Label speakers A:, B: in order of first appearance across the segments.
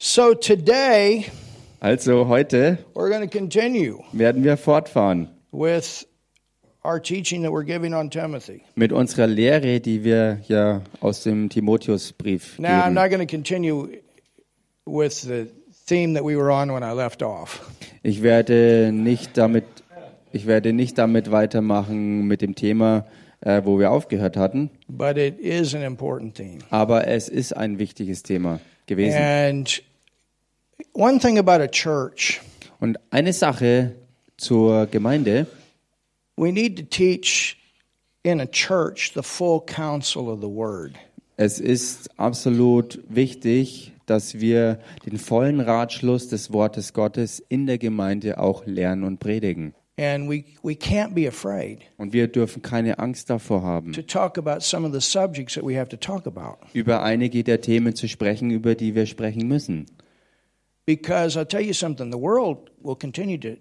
A: So today,
B: Also heute
A: we're going to continue
B: werden wir fortfahren
A: with our teaching that we're giving on Timothy.
B: mit unserer Lehre, die wir ja aus dem Timotheusbrief
A: Now, I'm
B: geben.
A: not going to continue with the theme that we were on when I left off.
B: Ich werde nicht damit, ich werde nicht damit weitermachen mit dem Thema, äh, wo wir aufgehört hatten,
A: but it is an important theme.
B: aber es ist ein wichtiges Thema gewesen.
A: And one thing about a church,
B: Und eine Sache zur Gemeinde.
A: we need to teach in a church the full counsel of the word.
B: Es ist absolut wichtig, dass wir den vollen Ratschluss des Wortes Gottes in der Gemeinde auch lernen und predigen.
A: And we, we can't be afraid
B: Und wir dürfen keine Angst davor haben,
A: to talk about some of the subjects that we have to talk about.
B: über einige der Themen zu sprechen, über die wir sprechen müssen.
A: Because I'll tell you something, the world will continue to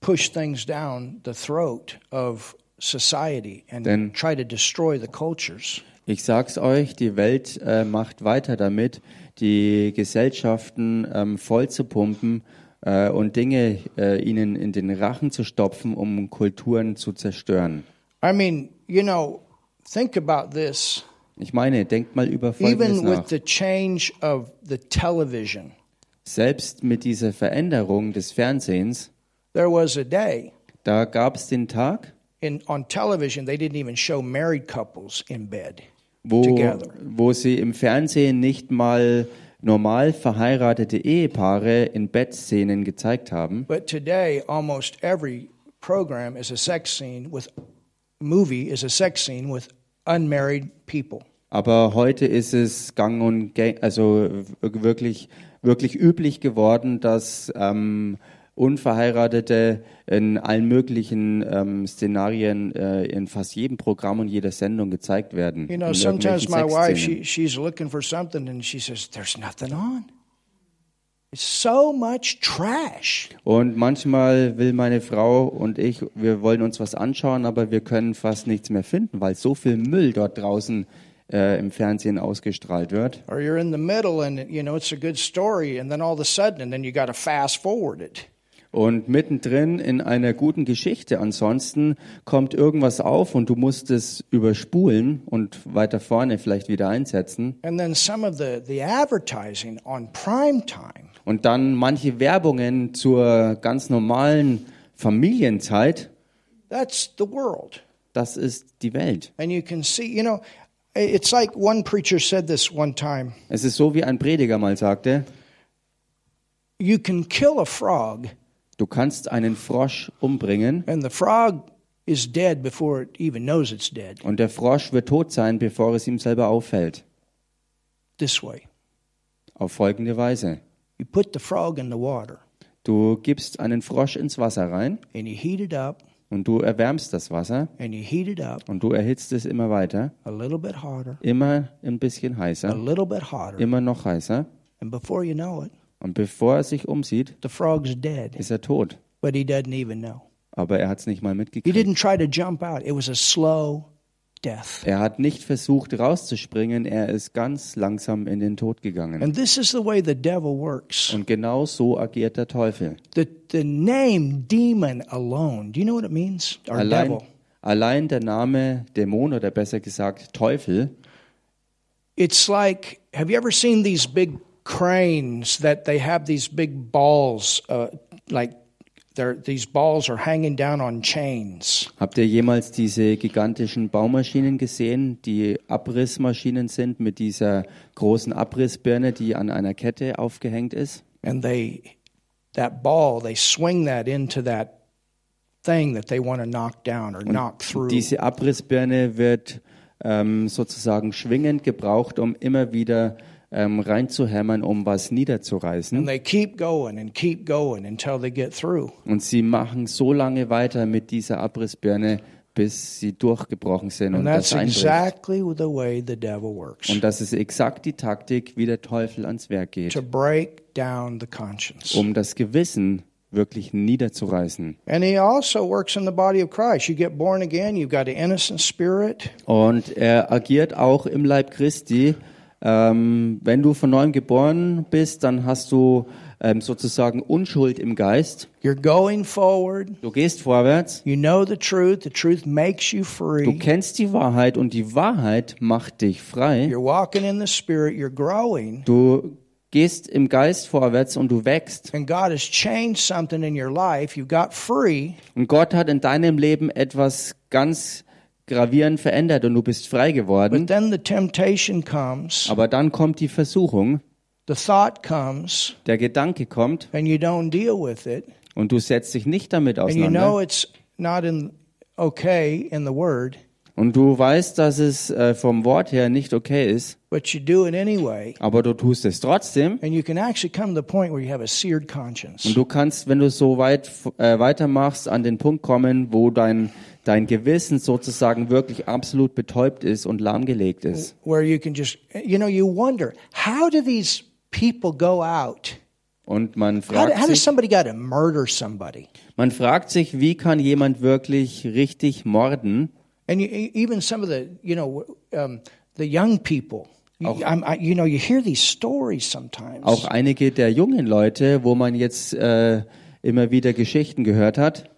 A: push things down the throat of society and
B: Then-
A: try to destroy the cultures.
B: Ich sag's euch, die Welt äh, macht weiter damit, die Gesellschaften ähm, voll zu pumpen äh, und Dinge äh, ihnen in den Rachen zu stopfen, um Kulturen zu zerstören.
A: I mean, you know, think about this.
B: Ich meine, denkt mal über Folgendes
A: even
B: nach.
A: with the change of the television,
B: Selbst mit dieser Veränderung des Fernsehens,
A: there was a day
B: da gab's den Tag,
A: in on television they didn't even show married couples in bed.
B: wo,
A: Together.
B: wo sie im Fernsehen nicht mal normal verheiratete Ehepaare in Bettszenen gezeigt haben.
A: But today, almost every program is a sex scene with movie is a sex scene with unmarried people.
B: Aber heute ist es gang und gäng, also wirklich, wirklich üblich geworden, dass ähm, Unverheiratete in allen möglichen ähm, Szenarien äh, in fast jedem Programm und jeder Sendung gezeigt werden.
A: You know,
B: In
A: sometimes
B: irgendwelchen
A: my wife she,
B: Sexszenen.
A: she's looking for something and she says, "There's nothing on." It's so much trash.
B: Und manchmal will meine Frau und ich, wir wollen uns was anschauen, aber wir können fast nichts mehr finden, weil so viel Müll dort draußen äh, im Fernsehen ausgestrahlt wird.
A: Or you're in the middle and you know it's a good story, and then all of a sudden, and then you got to fast forward it.
B: Und mittendrin in einer guten Geschichte ansonsten kommt irgendwas auf und du musst es überspulen und weiter vorne vielleicht wieder einsetzen.
A: And then some of the, the advertising on prime time
B: Und dann manche Werbungen zur ganz normalen Familienzeit,
A: that's the world.
B: das ist die Welt.
A: And you can see, you know, it's like one preacher said this one time
B: Es ist so, wie ein Prediger mal sagte,
A: you can kill a frog,
B: du kannst einen Frosch umbringen,
A: and the frog is dead before it even knows it's dead.
B: Und der Frosch wird tot sein, bevor es ihm selber auffällt.
A: This way
B: Auf folgende Weise.
A: you put the frog in the water,
B: Du gibst einen Frosch ins Wasser rein
A: and you heat it up,
B: und du erwärmst das Wasser
A: and you heat it up
B: und du erhitzt es immer weiter,
A: a little bit harder,
B: immer ein bisschen
A: a
B: heißer,
A: little bit hotter,
B: immer noch heißer.
A: and before you know it,
B: Und bevor er sich umsieht,
A: the frog's dead,
B: ist er tot.
A: but he doesn't even know.
B: Aber er hat es nicht mal
A: He
B: mitgekriegt.
A: didn't try to jump out, it was a slow death.
B: Er hat nicht versucht rauszuspringen, er ist ganz langsam in den Tod gegangen.
A: And this is the way the devil works.
B: Und genau so agiert der Teufel.
A: The, the name demon alone, do you know what it means? Or
B: Allein,
A: devil.
B: allein der Name Dämon oder besser gesagt Teufel
A: It's like, have you ever seen these big cranes that they have these big balls, uh, like they're, these balls are hanging down on chains?
B: Habt ihr jemals diese gigantischen Baumaschinen gesehen, die Abrissmaschinen sind mit dieser großen Abrissbirne, die an einer Kette aufgehängt ist?
A: And they, that ball, they swing that into that thing that they want to knock down or knock through.
B: Diese Abrissbirne wird ähm, sozusagen schwingend gebraucht, um immer wieder ähm, reinzuhämmern, um was
A: And
B: niederzureißen.
A: they keep going and keep going until they get through.
B: Und sie machen so lange weiter mit dieser Abrissbirne, bis sie durchgebrochen sind
A: And
B: und
A: that's
B: das einbricht.
A: exactly the way the devil works.
B: Und das ist exakt die Taktik, wie der Teufel ans Werk geht,
A: to break down the conscience.
B: um das Gewissen wirklich niederzureißen.
A: And he also works in the body of Christ. You get born again, you've got an innocent spirit,
B: Und er agiert auch im Leib Christi, Ähm, wenn du von neuem geboren bist, dann hast du ähm, sozusagen Unschuld im Geist.
A: You're going forward.
B: Du gehst vorwärts.
A: You know the truth. The truth makes you
B: Du
A: free.
B: kennst die Wahrheit und die Wahrheit macht dich frei.
A: You're walking in the Spirit. You're growing.
B: Du gehst im Geist vorwärts und du wächst.
A: And God has changed something in your life. You got free.
B: Und Gott hat in deinem Leben etwas ganz gravierend verändert und du bist frei
A: But
B: geworden.
A: then the temptation comes,
B: Aber dann kommt die Versuchung,
A: the thought comes,
B: der Gedanke kommt
A: and you don't deal with it.
B: und du setzt dich nicht damit
A: And you know
B: auseinander.
A: it's not in okay in the Word,
B: Und du weißt, dass es äh, vom Wort her nicht okay ist,
A: but you do it anyway.
B: aber du tust es trotzdem.
A: And you can actually come to the point where you have a seared conscience.
B: Und du kannst, wenn du so weit f- äh, weitermachst, an den Punkt kommen, wo dein, dein Gewissen sozusagen wirklich absolut betäubt ist und lahmgelegt ist.
A: where you can just you know you wonder how do these people go out
B: Und man
A: how, do-
B: fragt
A: how does
B: sich,
A: somebody got to murder somebody
B: man fragt sich, wie kann jemand wirklich richtig morden?
A: and you, e, even some of the you know um, the young people you, I'm, I, you know you hear these stories sometimes
B: Auch einige der jungen Leute, wo man jetzt äh, immer wieder Geschichten gehört hat,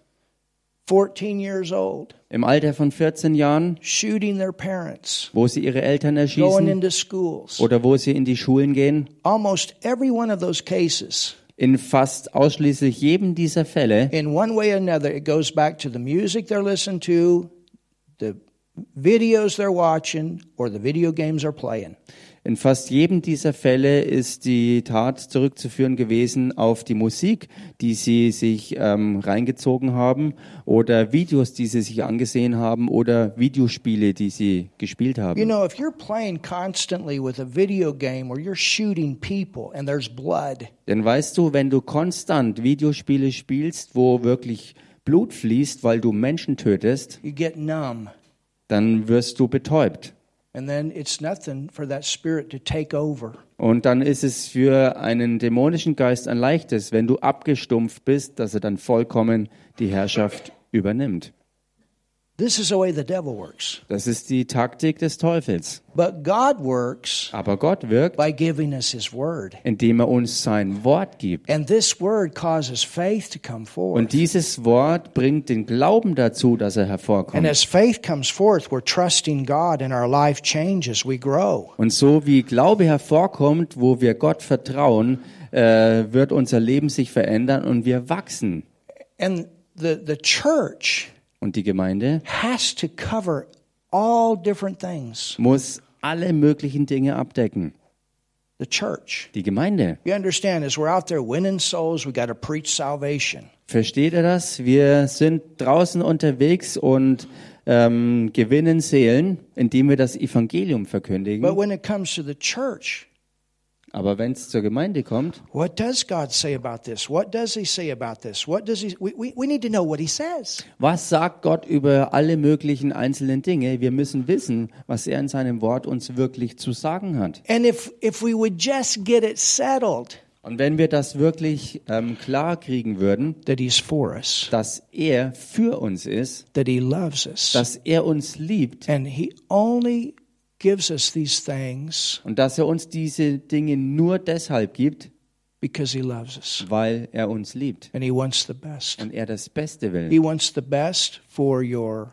A: 14 years old
B: im Alter von 14 Jahren,
A: shooting their parents
B: wo sie ihre Eltern
A: going
B: erschießen
A: into schools
B: oder wo sie in die Schulen gehen.
A: almost every one of those cases
B: In fast ausschließlich jedem dieser Fälle
A: in one way or another it goes back to the music they're listening to the videos they're watching or the video games they're playing
B: In fast jedem dieser Fälle ist die Tat zurückzuführen gewesen auf die Musik, die sie sich ähm, reingezogen haben oder Videos, die sie sich angesehen haben oder Videospiele, die sie gespielt haben.
A: You know, if you're playing constantly with a video game where you're shooting people and there's blood,
B: Denn weißt du, wenn du konstant Videospiele spielst, wo wirklich Blut fließt, weil du Menschen tötest,
A: you get numb.
B: dann wirst du betäubt.
A: And then it's nothing for that spirit to take over.
B: Und dann ist es für einen dämonischen Geist ein leichtes, wenn du abgestumpft bist, dass er dann vollkommen die Herrschaft übernimmt.
A: This is the way the devil works.
B: Das ist die Taktik des Teufels.
A: But God works
B: Aber Gott wirkt,
A: by giving us his word.
B: indem er uns sein Wort gibt.
A: And this word causes faith to come forth.
B: Und dieses Wort bringt den Glauben dazu, dass er
A: And
B: hervorkommt.
A: as faith comes forth, we're trusting God and our life changes. We grow.
B: Und so wie Glaube hervorkommt, wo wir Gott vertrauen, äh, wird unser Leben sich verändern und wir wachsen.
A: And the, the church
B: Und die Gemeinde
A: has to cover all different things.
B: muss alle möglichen Dinge abdecken.
A: The church.
B: Die Gemeinde.
A: You understand, as we're out there winning souls, we got to preach salvation.
B: Versteht ihr das? Wir sind draußen unterwegs und ähm, gewinnen Seelen, indem wir das Evangelium
A: But
B: verkündigen.
A: when it comes to the church,
B: Aber wenn es zur Gemeinde kommt,
A: what does God say about this? What does He say about this? What does He? We, we, we need to know what He says.
B: was sagt Gott über alle möglichen einzelnen Dinge? Wir müssen wissen, was er in seinem Wort uns wirklich zu sagen hat.
A: And if if we would just get it settled
B: Und wenn wir das wirklich ähm, klar kriegen würden,
A: that He's for us,
B: dass er für uns ist,
A: that He loves us,
B: dass er uns liebt
A: and He only gives us these things
B: und dass er uns diese Dinge nur deshalb gibt,
A: because He loves us
B: weil er uns liebt
A: and He wants the best.
B: und er das Beste will.
A: He wants the best for your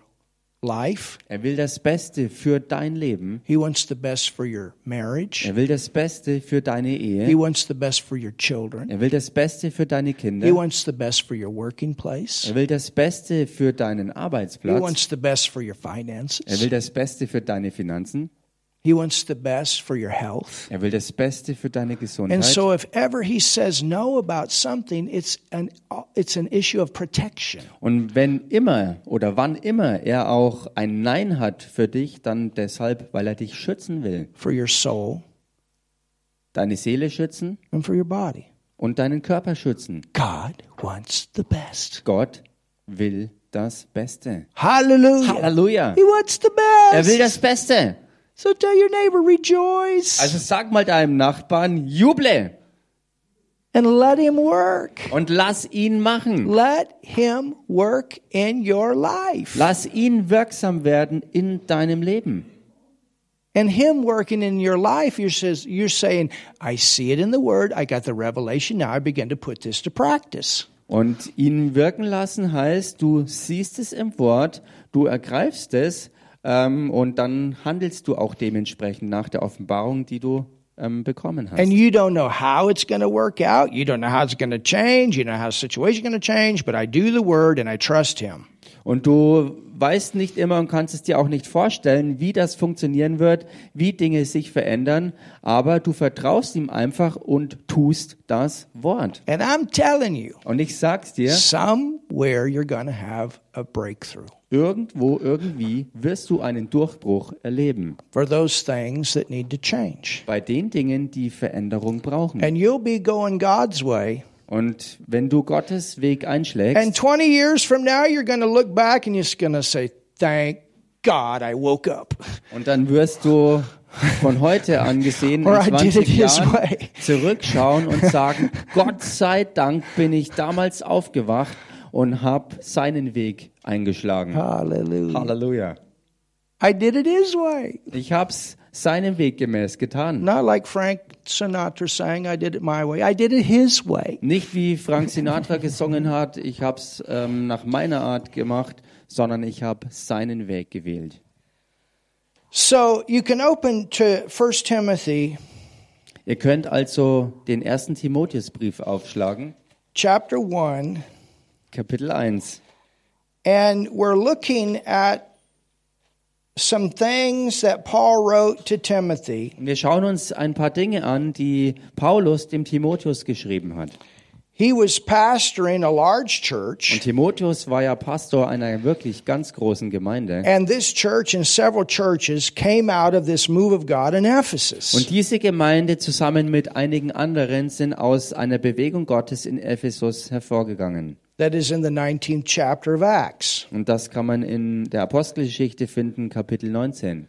A: life.
B: Er will das Beste für dein Leben.
A: He wants the best for your marriage.
B: Er will das Beste für deine
A: He
B: Ehe.
A: wants the best for your children.
B: Er will das Beste für deine
A: He
B: Kinder.
A: wants the best for your working place.
B: Er will das Beste für deinen
A: He
B: Arbeitsplatz.
A: wants the best for your
B: Er
A: finances.
B: will das Beste für deine Finanzen.
A: He wants the best for your health.
B: Er will das Beste für deine
A: And
B: Gesundheit.
A: so if ever he says no about something, it's an it's an issue of protection.
B: Und wenn immer oder wann immer er auch ein Nein hat für dich, dann deshalb, weil er dich schützen will.
A: For your soul
B: Deine Seele schützen
A: and for your body.
B: und deinen Körper schützen.
A: God wants the best.
B: Gott will das Beste.
A: Hallelujah.
B: Halleluja!
A: He wants the
B: Er will
A: best.
B: das Beste.
A: So tell your neighbor, rejoice
B: Also sag mal deinem Nachbarn, juble
A: and let him work.
B: und lass ihn machen.
A: Let him work in your life.
B: Lass ihn wirksam werden in deinem Leben.
A: And Him working in your life, you're, says, you're saying, I see it in the Word, I got the revelation, now I begin to put this to practice.
B: Und ihn wirken lassen heißt, du siehst es im Wort, du ergreifst es ähm, und dann handelst du auch dementsprechend nach der Offenbarung, die du ähm, bekommen hast.
A: And you don't know how it's going to work out, you don't know how it's going to change, you don't know how the situation's going to change, but I do the Word and I trust Him.
B: Und du weißt nicht immer und kannst es dir auch nicht vorstellen, wie das funktionieren wird, wie Dinge sich verändern, aber du vertraust ihm einfach und tust das Wort.
A: And I'm telling you,
B: Und ich sag's dir,
A: somewhere you're going to have a breakthrough
B: irgendwo, irgendwie wirst du einen Durchbruch erleben.
A: for those things that need to change.
B: Bei den Dingen, die Veränderung brauchen.
A: And you'll be going God's way.
B: Und wenn du Gottes Weg
A: And
B: einschlägst,
A: 20 years from now, you're going to look back and you're just going to say, Thank God I woke up.
B: und dann wirst du von heute angesehen in
A: Or I did it
B: 20
A: his
B: Jahren
A: way.
B: zurückschauen und sagen, Gott sei Dank bin ich damals aufgewacht und habe seinen Weg eingeschlagen.
A: Hallelujah.
B: Halleluja.
A: I did it his way.
B: Ich hab's seinem Weg gemäß getan.
A: Not like Frank Sinatra saying, I did it my way. I did it his way.
B: Nicht wie Frank Sinatra gesungen hat, ich hab's ähm, nach meiner Art gemacht, sondern ich habe seinen Weg gewählt.
A: So you can open to 1 Timothy
B: Ihr könnt also den ersten Timotheusbrief aufschlagen,
A: chapter 1,
B: Kapitel 1.
A: and we're looking at some things that Paul wrote to Timothy.
B: Wir schauen uns ein paar Dinge an, die Paulus dem Timotheus geschrieben hat.
A: He was pastoring a large church.
B: Und Timotheus war ja Pastor einer wirklich ganz großen Gemeinde.
A: And this church and several churches came out of this move of God in Ephesus.
B: Und diese Gemeinde zusammen mit einigen anderen sind aus einer Bewegung Gottes in Ephesus hervorgegangen.
A: That is in the 19th chapter of Acts.
B: Und das kann man in der Apostelgeschichte finden, Kapitel 19.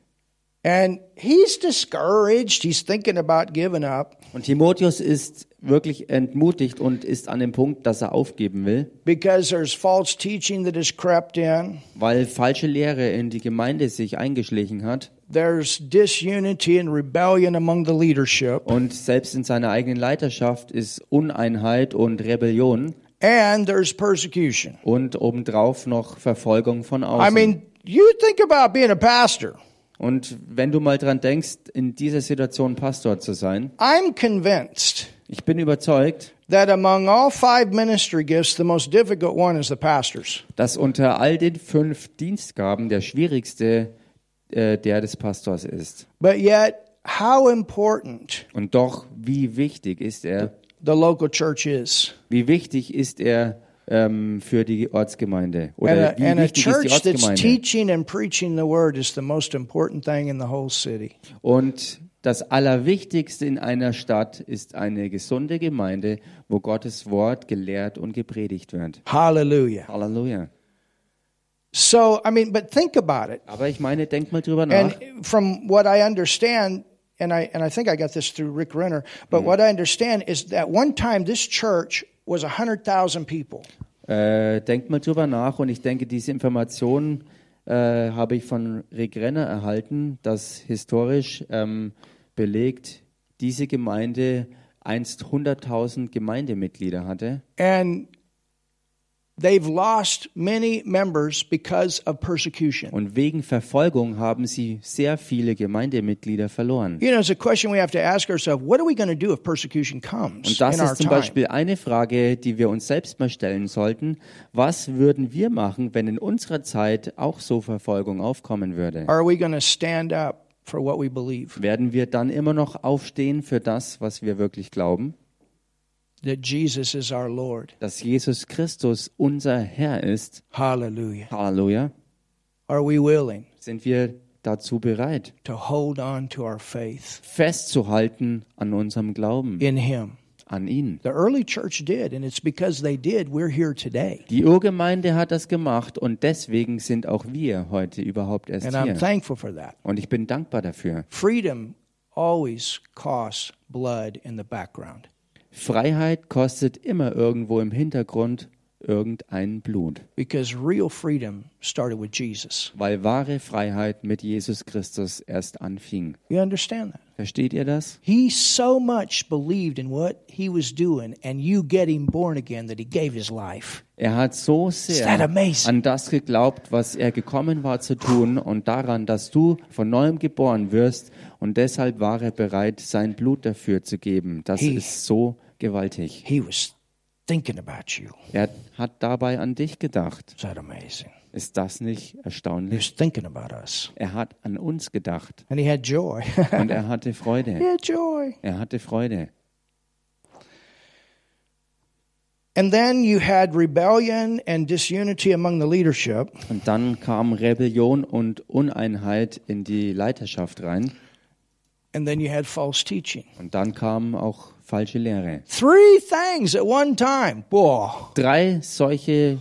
A: And he's discouraged. He's thinking about giving up
B: Und Timotheus ist wirklich entmutigt und ist an dem Punkt, dass er aufgeben will,
A: because there's false teaching that has crept in.
B: weil falsche Lehre in die Gemeinde sich eingeschlichen hat
A: There's disunity and rebellion among the leadership.
B: und selbst in seiner eigenen Leiterschaft ist Uneinheit und Rebellion
A: And there's persecution.
B: und obendrauf noch Verfolgung von
A: I
B: außen.
A: mean, you think about being a pastor.
B: Und wenn du mal dran denkst, in dieser Situation Pastor zu sein,
A: I'm convinced
B: ich bin überzeugt,
A: that among all five ministry gifts, the most difficult one is the pastor's.
B: dass unter all den fünf Dienstgaben der schwierigste äh, der des Pastors ist.
A: But yet, how important
B: Und doch, wie wichtig ist er?
A: the local church is.
B: Wie wichtig ist er ähm, für die Ortsgemeinde?
A: And a,
B: Oder
A: and
B: wie
A: a
B: wichtig ist die
A: church that's
B: Ortsgemeinde?
A: teaching and preaching the word is the most important thing in the whole city.
B: Und das Allerwichtigste in einer Stadt ist eine gesunde Gemeinde, wo Gottes Wort gelehrt und gepredigt wird.
A: Hallelujah.
B: Halleluja.
A: So, I mean, but think about it.
B: Aber ich meine, denk mal drüber nach.
A: And from what I understand, and I, and I think I got this through Rick Renner, but what I understand is that one time this church was 100,000 people.
B: Äh, denkt mal drüber nach und ich denke, diese Informationen äh, habe ich von Rick Renner erhalten, dass historisch ähm, belegt, diese Gemeinde einst 100.000 Gemeindemitglieder hatte
A: And they've lost many members because of persecution.
B: und wegen Verfolgung haben sie sehr viele Gemeindemitglieder verloren.
A: You know, it's a question we have to ask ourselves what are we going to do if persecution comes
B: Und das
A: in our
B: ist zum
A: time?
B: Beispiel eine Frage, die wir uns selbst mal stellen sollten. Was würden wir machen, wenn in unserer Zeit auch so Verfolgung aufkommen würde?
A: Are we going to stand up for what we believe?
B: Werden wir dann immer noch aufstehen für das, was wir wirklich glauben?
A: That Jesus is our Lord.
B: Dass Jesus Christus unser Herr ist?
A: Hallelujah.
B: Halleluja.
A: Are we willing
B: Sind wir dazu bereit,
A: to hold on to our faith
B: festzuhalten an unserem Glauben,
A: in Him?
B: an ihn?
A: The early church did, and it's because they did we're here today.
B: Die Urgemeinde hat das gemacht und deswegen sind auch wir heute überhaupt erst
A: And I'm
B: hier.
A: thankful for that.
B: Und ich bin dankbar dafür.
A: Freedom always costs blood in the background.
B: Freiheit kostet immer irgendwo im Hintergrund irgendein Blut.
A: because real freedom started with Jesus.
B: Weil wahre Freiheit mit Jesus Christus erst anfing.
A: You understand that?
B: Versteht ihr das?
A: He so much believed in what he was doing and you getting born again that he gave his life.
B: Er hat so
A: that
B: sehr
A: amazing?
B: an das geglaubt, was er gekommen war zu tun und daran, dass du von neuem geboren wirst und deshalb war er bereit, sein Blut dafür zu geben. Das
A: He-
B: ist so gewaltig.
A: He was thinking about you.
B: Er hat dabei an dich gedacht.
A: Is that amazing?
B: Ist das nicht
A: He
B: erstaunlich?
A: was thinking about us.
B: Er hat an uns gedacht
A: And he had joy.
B: und er hatte
A: he
B: Freude.
A: had joy.
B: Er hatte Freude.
A: And then you had rebellion and disunity among the leadership.
B: Und dann kam Rebellion und Uneinheit in die Leiterschaft rein.
A: And then you had false teaching.
B: Und dann kam auch falsche Lehre.
A: Three things at one time. Whoa.
B: Drei solche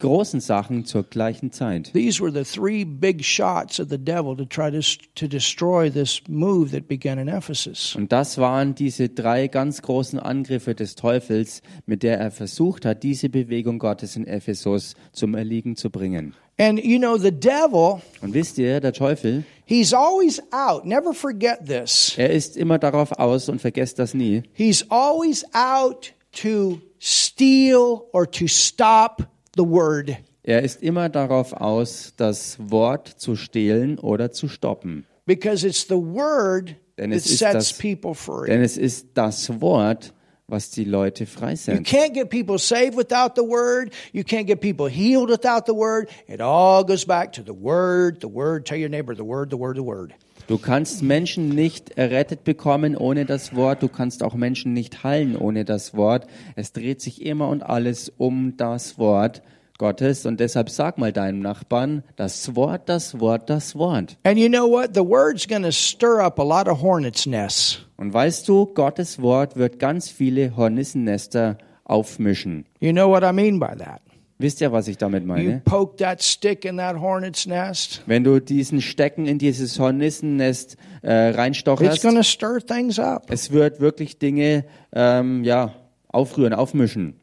B: großen Sachen zur gleichen Zeit.
A: These were the three big shots of the devil to try to, to destroy this move that began in Ephesus.
B: Und das waren diese drei ganz großen Angriffe des Teufels, mit der er versucht hat, diese Bewegung Gottes in Ephesus zum Erliegen zu bringen.
A: And you know, the devil,
B: Und wisst ihr, der Teufel,
A: he's always out. Never forget this.
B: er ist immer darauf aus und vergesst das nie.
A: He's always out to steal or to stop the word.
B: Er ist immer darauf aus, das Wort zu stehlen oder zu stoppen.
A: Because it's the word
B: Denn
A: that
B: es ist
A: sets
B: das-
A: people free.
B: Denn es ist das Wort, was die Leute
A: You
B: freisetzt.
A: can't get people saved without the word. You can't get people healed without the word. It all goes back to the word, the word. Tell your neighbor the word, the word, the word.
B: Du kannst Menschen nicht errettet bekommen ohne das Wort. Du kannst auch Menschen nicht heilen ohne das Wort. Es dreht sich immer und alles um das Wort Gottes. Und deshalb sag mal deinem Nachbarn, das Wort, das Wort, das Wort.
A: And you know what? The word's going to stir up a lot of hornets' nests.
B: Und weißt du, Gottes Wort wird ganz viele Hornissennester aufmischen.
A: You know what I mean by that?
B: Wisst ihr, was ich damit meine?
A: You poke that stick in that hornet's nest,
B: Wenn du diesen Stecken in dieses Hornissennest äh,
A: it's
B: reinstocherst,
A: going to stir things up.
B: es wird wirklich Dinge ähm, ja, aufrühren, aufmischen.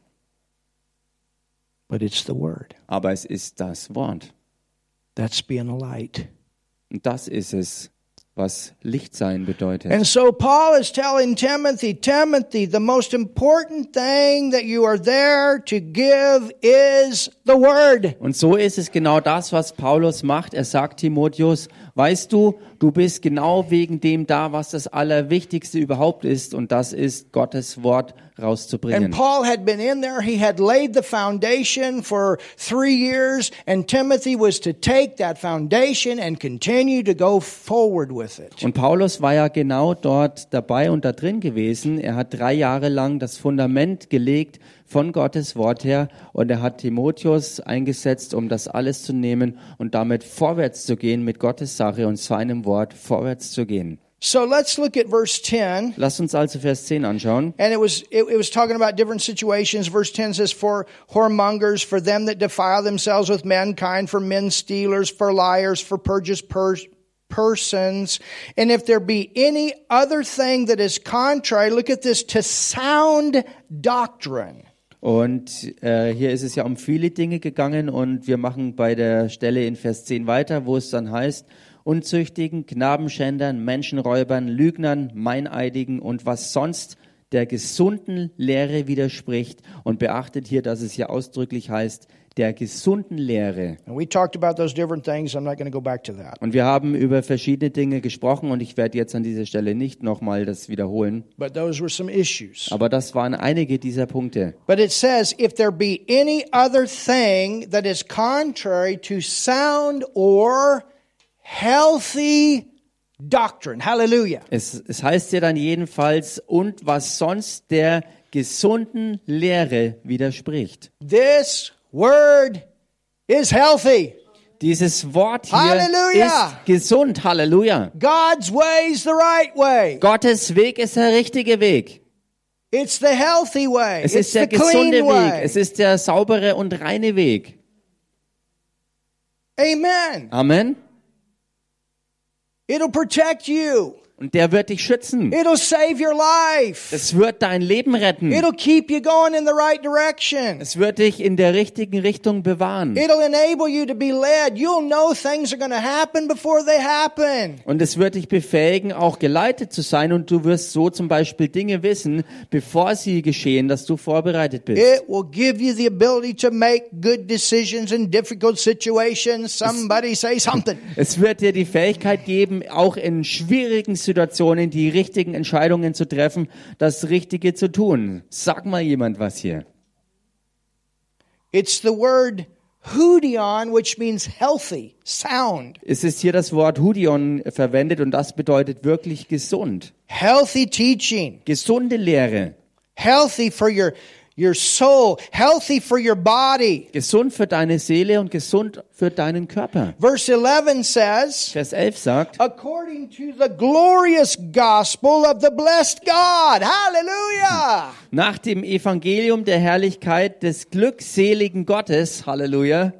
A: But it's the word.
B: Aber es ist das Wort.
A: That's being a light.
B: Und das ist es, was Licht sein bedeutet.
A: And so Paul is telling Timothy, Timothy, the most important thing that you are there to give is the word.
B: Und so ist es genau das, was Paulus macht. Er sagt Timotheus, weißt du, du bist genau wegen dem da, was das Allerwichtigste überhaupt ist, und das ist Gottes Wort
A: And
B: rauszubringen.
A: Paul had been in there. He had laid the foundation for three years, and Timothy was to take that foundation and continue to go forward with it.
B: Und Paulus war ja genau dort dabei und da drin gewesen. Er hat drei Jahre lang das Fundament gelegt von Gottes Wort her und er hat Timotheus eingesetzt, um das alles zu nehmen und damit vorwärts zu gehen mit Gottes Sache und seinem Wort vorwärts zu gehen.
A: So let's look at verse 10.
B: Lasst uns also Vers 10 anschauen.
A: And it was it, it was talking about different situations. Verse ten says, "For whoremongers, for them that defile themselves with mankind, for men stealers, for liars, for purchased pers- persons, and if there be any other thing that is contrary, look at this to sound doctrine."
B: Und äh, hier ist es ja um viele Dinge gegangen und wir machen bei der Stelle in Vers 10 weiter, wo es dann heißt, Unzüchtigen, Knabenschändern, Menschenräubern, Lügnern, Meineidigen und was sonst der gesunden Lehre widerspricht. Und beachtet hier, dass es hier ausdrücklich heißt, der gesunden Lehre.
A: And we talked about those different things. I'm not going to go back to that.
B: Und wir haben über verschiedene Dinge gesprochen und ich werde jetzt an dieser Stelle nicht nochmal das wiederholen.
A: But those were some issues.
B: Aber das waren einige dieser Punkte.
A: But it says, if there be any other thing that is contrary to sound or healthy doctrine. Hallelujah.
B: Es, es heißt ja dann jedenfalls, und was sonst der gesunden Lehre widerspricht.
A: This word is healthy.
B: Dieses Wort hier
A: Halleluja!
B: ist gesund. Halleluja.
A: God's way's the right way.
B: Gottes Weg ist der richtige Weg.
A: It's the healthy way.
B: Es
A: it's
B: ist der
A: the
B: gesunde
A: clean
B: Weg.
A: way.
B: Es ist der saubere und reine Weg.
A: Amen.
B: Amen.
A: It'll protect you.
B: Und der wird dich schützen.
A: It'll save your life.
B: Es wird dein Leben retten.
A: It'll keep you going in the right direction.
B: Es wird dich in der richtigen Richtung bewahren.
A: It'll enable you to be led. You'll know things are going to happen before they happen.
B: Und es wird dich befähigen, auch geleitet zu sein. Und du wirst so zum Beispiel Dinge wissen, bevor sie geschehen, dass du vorbereitet bist.
A: It will give you the ability to make good decisions in difficult situations. Somebody say something.
B: Es wird dir die Fähigkeit geben, auch in schwierigen Situationen die richtigen Entscheidungen zu treffen, das Richtige zu tun. Sag mal jemand was hier.
A: It's the word hudion, which means healthy, sound.
B: Es ist hier das Wort Hudion verwendet und das bedeutet wirklich gesund.
A: Healthy teaching.
B: Gesunde Lehre.
A: Healthy for your, your soul. Healthy for your body.
B: Gesund für deine Seele und gesund für deinen Körper.
A: Verse 11 says,
B: Vers 11 sagt,
A: according to the glorious gospel of the blessed God. Hallelujah.
B: nach dem Evangelium der Herrlichkeit des glückseligen Gottes, Halleluja,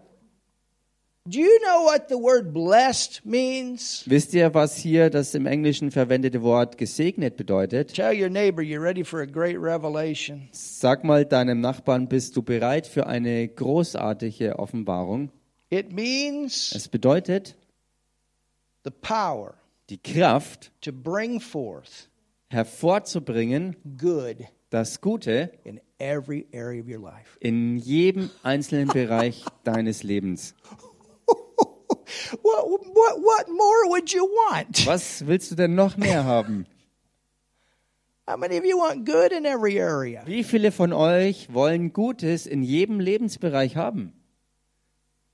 A: Do you know what the word blessed means?
B: wisst ihr, was hier das im Englischen verwendete Wort gesegnet bedeutet?
A: Tell your neighbor you're ready for a great revelation.
B: Sag mal deinem Nachbarn, bist du bereit für eine großartige Offenbarung?
A: It means
B: Es bedeutet
A: the power
B: die Kraft
A: to bring forth
B: hervorzubringen,
A: good
B: das Gute
A: in every area of your life.
B: in jedem einzelnen Bereich deines Lebens.
A: What, what, what more would you want?
B: Was willst du denn noch mehr haben?
A: How many of you want good in every area?
B: Wie viele von euch wollen Gutes in jedem Lebensbereich haben?